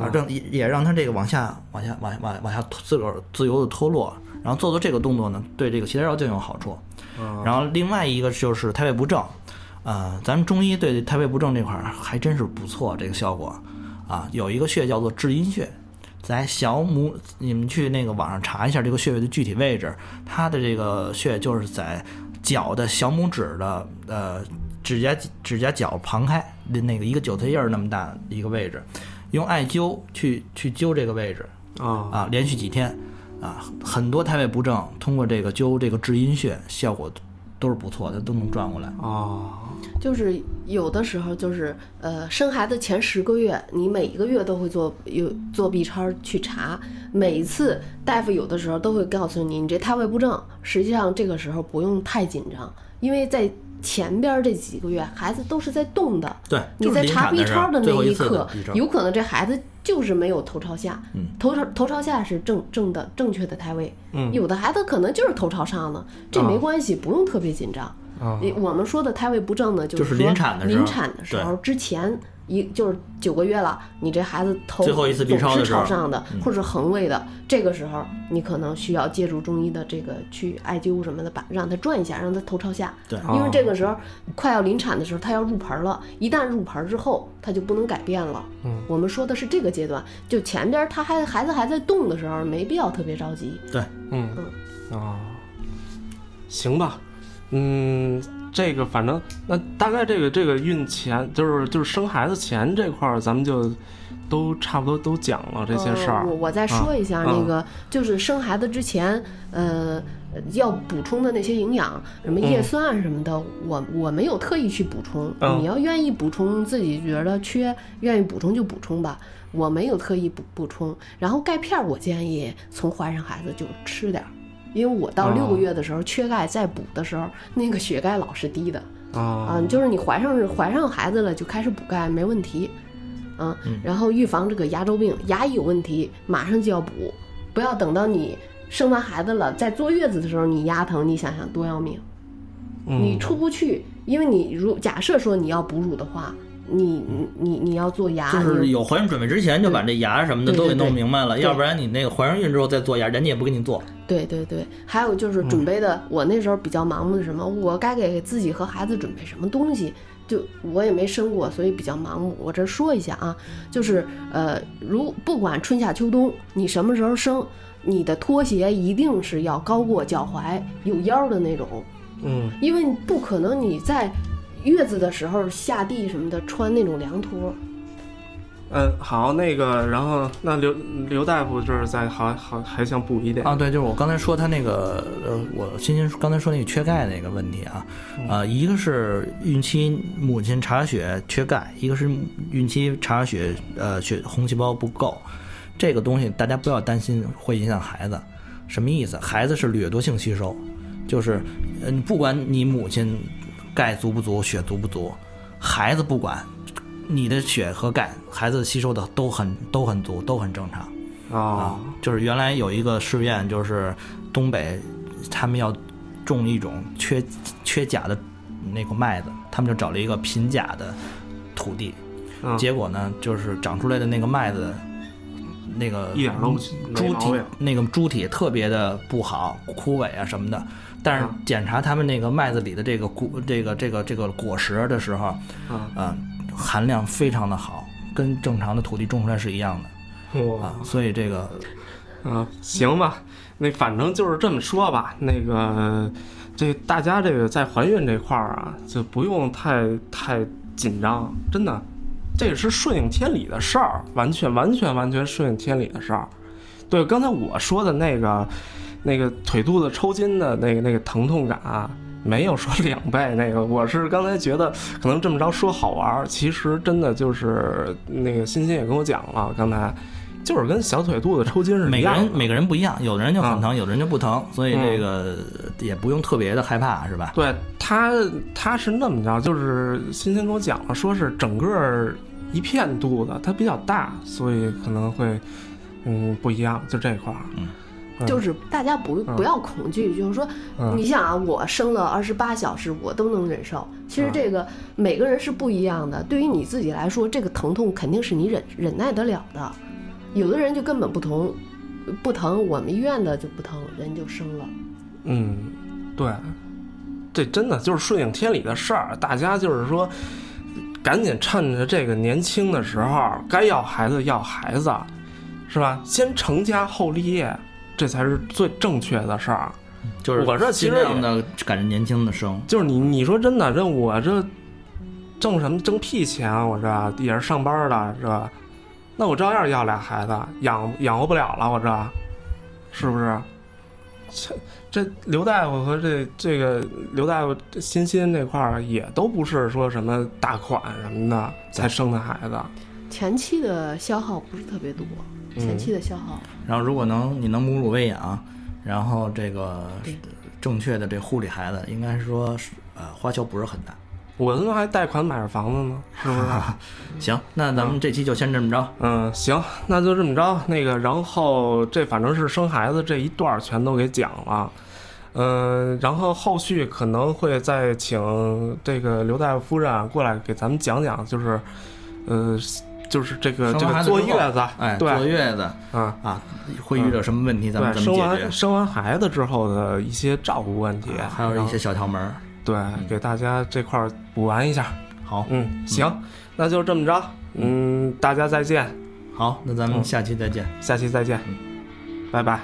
[SPEAKER 2] 啊，让也也让他这个往下往下往下往下往下自个儿自由的脱落。然后做做这个动作呢，对这个脐带绕颈有好处。然后另外一个就是胎位不正，呃，咱们中医对胎位不正这块儿还真是不错，这个效果啊，有一个穴叫做至阴穴，在小拇，你们去那个网上查一下这个穴位的具体位置，它的这个穴就是在脚的小拇指的呃指甲指甲角旁开的那个一个韭菜叶儿那么大一个位置，用艾灸去去灸这个位置，
[SPEAKER 1] 啊
[SPEAKER 2] 啊，连续几天啊，很多胎位不正，通过这个灸这个至阴穴，效果都是不错的，都能转过来。
[SPEAKER 1] 啊
[SPEAKER 3] 就是有的时候就是呃，生孩子前十个月，你每一个月都会做有做 B 超去查，每一次大夫有的时候都会告诉你，你这胎位不正。实际上这个时候不用太紧张，因为在前边儿这几个月，孩子都是在动的。
[SPEAKER 2] 对，
[SPEAKER 3] 你在查 B 超
[SPEAKER 2] 的
[SPEAKER 3] 那一
[SPEAKER 2] 刻
[SPEAKER 3] 刻，有可能这孩子就是没有头朝下，
[SPEAKER 2] 嗯
[SPEAKER 3] 头朝头朝下是正正的正确的胎位，
[SPEAKER 1] 嗯
[SPEAKER 3] 有的孩子可能就是头朝上呢，这没
[SPEAKER 1] 啊
[SPEAKER 3] 关系，不用特别紧张。
[SPEAKER 1] 啊
[SPEAKER 3] 你我们说的胎位不正呢，就
[SPEAKER 2] 就是
[SPEAKER 3] 说
[SPEAKER 2] 临产的时候
[SPEAKER 3] 临产的时候之前一就是九个月了，你这孩子头
[SPEAKER 2] 最后一次 B 超
[SPEAKER 3] 总
[SPEAKER 2] 的
[SPEAKER 3] 是
[SPEAKER 2] 时候嗯
[SPEAKER 3] 朝上的或者横位的，这个时候你可能需要借助中医的这个去艾灸什么的，把让他转一下，让他头朝下。
[SPEAKER 2] 对
[SPEAKER 3] 因为这个时候快要临产的时候，他要入盆了，一旦入盆之后，他就不能改变了。
[SPEAKER 1] 嗯，
[SPEAKER 3] 我们说的是这个阶段，就前边他还孩子还在动的时候，没必要特别着急。
[SPEAKER 2] 对，
[SPEAKER 1] 嗯啊，行吧，嗯，这个反正那大概这个这个孕前就是就是生孩子前这块儿，咱们就都差不多都讲了这些事儿
[SPEAKER 3] 呃我。我再说一下、
[SPEAKER 1] 啊
[SPEAKER 3] 那个，就是生孩子之前，呃，要补充的那些营养，什么叶酸啊什么的，我我没有特意去补充。
[SPEAKER 1] 嗯
[SPEAKER 3] 你要愿意补充，自己觉得缺，愿意补充就补充吧。我没有特意补补充。然后钙片，我建议从怀上孩子就吃点儿。因为我到
[SPEAKER 1] 哦
[SPEAKER 3] 六个月的时候缺钙，再补的时候，那个血钙老是低的。
[SPEAKER 1] 啊
[SPEAKER 2] 哦
[SPEAKER 3] 啊，就是你怀上怀上孩子了，就开始补钙没问题，嗯，然后预防这个牙周病，牙一有问题马上就要补，不要等到你生完孩子了，在坐月子的时候你牙疼，你想想多要命，
[SPEAKER 1] 嗯
[SPEAKER 3] 你出不去，因为你如假设说你要哺乳的话，你你你你要做牙，
[SPEAKER 2] 就是
[SPEAKER 3] 你
[SPEAKER 2] 有怀孕准备之前就把这牙什么的
[SPEAKER 3] 对
[SPEAKER 2] 都
[SPEAKER 3] 对
[SPEAKER 2] 给弄
[SPEAKER 3] 对
[SPEAKER 2] 明白了，
[SPEAKER 3] 对
[SPEAKER 2] 要不然你那个怀上孕之后再做牙，人家也不给你做。
[SPEAKER 3] 对对对，还有就是准备的，我那时候比较盲目的什么，我该给自己和孩子准备什么东西，就我也没生过，所以比较盲目。我这说一下啊，就是呃，如不管春夏秋冬，你什么时候生，你的拖鞋一定是要高过脚踝、有腰的那种，
[SPEAKER 1] 嗯
[SPEAKER 3] 因为你不可能你在月子的时候下地什么的穿那种凉拖。
[SPEAKER 1] 嗯，好，那个，然后那刘刘大夫这儿再好好还想补一点
[SPEAKER 2] 啊，对，就是我刚才说他那个，呃，我欣欣刚才说那个缺钙那个问题啊，呃，一个是孕期母亲查血缺钙，一个是孕期查血呃血红细胞不够，这个东西大家不要担心会影响孩子，什么意思？孩子是掠夺性吸收，就是嗯，不管你母亲钙足不足、血足不足，孩子不管。你的血和钙，孩子吸收的都很都很足，都很正常。
[SPEAKER 1] 啊，
[SPEAKER 2] 就是原来有一个试验，就是东北他们要种一种缺缺钾的那个麦子，他们就找了一个贫钾的土地，
[SPEAKER 1] 嗯，
[SPEAKER 2] 结果呢，就是长出来的那个麦子，那个
[SPEAKER 1] 一点都不没
[SPEAKER 2] 猪
[SPEAKER 1] 毛
[SPEAKER 2] 体
[SPEAKER 1] 病
[SPEAKER 2] 那个猪体特别的不好，枯萎啊什么的。但是
[SPEAKER 1] 嗯
[SPEAKER 2] 检查他们那个麦子里的这个谷这个这个这个果实的时候，
[SPEAKER 1] 啊，
[SPEAKER 2] 啊、含量非常的好，跟正常的土地种出来是一样的
[SPEAKER 1] 哇
[SPEAKER 2] 啊，所以这个
[SPEAKER 1] 啊，行吧，那反正就是这么说吧。那个，这大家这个在怀孕这块儿啊，就不用太太紧张，真的，这是顺应天理的事儿，完全完全完全顺应天理的事儿。对，刚才我说的那个那个腿肚子抽筋的那个那个疼痛感、啊。没有说两倍那个，我是刚才觉得可能这么着说好玩儿，其实真的就是那个欣欣也跟我讲了，刚才就是跟小腿肚子抽筋是
[SPEAKER 2] 每
[SPEAKER 1] 一
[SPEAKER 2] 个
[SPEAKER 1] 样的
[SPEAKER 2] 人每个人不一样，有的人就很疼，有的人就不疼，所以
[SPEAKER 1] 嗯
[SPEAKER 2] 这个也不用特别的害怕，是吧？
[SPEAKER 1] 对他，他是那么着，就是欣欣跟我讲了，说是整个儿一片肚子，它比较大，所以可能会嗯不一样，就这块儿。嗯
[SPEAKER 3] 就是大家不不要恐惧，就是说，
[SPEAKER 1] 嗯
[SPEAKER 3] 你想啊，我生了二十八小时，我都能忍受。其
[SPEAKER 1] 嗯
[SPEAKER 3] 实这个每个人是不一样的，对于你自己来说，这个疼痛肯定是你忍忍耐得了的。有的人就根本不疼，不疼，我们医院的就不疼，人就生了。
[SPEAKER 1] 嗯，对，这真的就是顺应天理的事儿。大家就是说，赶紧趁着这个年轻的时候，该要孩子要孩子，是吧？先成家后立业，这才是最正确的事儿。
[SPEAKER 2] 就是
[SPEAKER 1] 我这其实
[SPEAKER 2] 尽量的赶着年轻的生，
[SPEAKER 1] 就是你，你说真的，这我这挣什么挣屁钱啊？我这也是上班的，是吧？那我照样要俩孩子，养养活不了了，我这是不是？这这刘大夫和这这个刘大夫这欣欣这块儿也都不是说什么大款什么的才生的孩子，
[SPEAKER 3] 前期的消耗不是特别多，
[SPEAKER 1] 嗯
[SPEAKER 3] 前期的消耗，
[SPEAKER 2] 然后如果能你能母乳喂养，然后这个
[SPEAKER 3] 对
[SPEAKER 2] 正确的这护理孩子，应该说是呃花销不是很大。
[SPEAKER 1] 我他妈还贷款买着房子呢，是不是？
[SPEAKER 2] 行，那咱们这期就先这么着。
[SPEAKER 1] 嗯，行，那就这么着。那个，然后这反正是生孩子这一段儿全都给讲了，嗯、然后后续可能会再请这个刘大夫夫人啊过来给咱们讲讲，就是，呃，就是这个呃
[SPEAKER 2] 生
[SPEAKER 1] 这
[SPEAKER 2] 完
[SPEAKER 1] 个
[SPEAKER 2] 孩子
[SPEAKER 1] 坐
[SPEAKER 2] 之后
[SPEAKER 1] 月子，
[SPEAKER 2] 哎，坐
[SPEAKER 1] 对，
[SPEAKER 2] 月子
[SPEAKER 1] 啊，
[SPEAKER 2] 啊，会遇到什么问题，咱们
[SPEAKER 1] 对，
[SPEAKER 2] 怎
[SPEAKER 1] 生
[SPEAKER 2] 么解决啊
[SPEAKER 1] 完？生完孩子之后的一些照顾问题，
[SPEAKER 2] 还有一些小窍门儿。
[SPEAKER 1] 对，
[SPEAKER 2] 嗯
[SPEAKER 1] 给大家这块儿补完一下。
[SPEAKER 2] 好，
[SPEAKER 1] 嗯，行，那就这么着。嗯，大家再见，嗯
[SPEAKER 2] 好，那咱们下期再见。嗯
[SPEAKER 1] 下期再见，拜拜。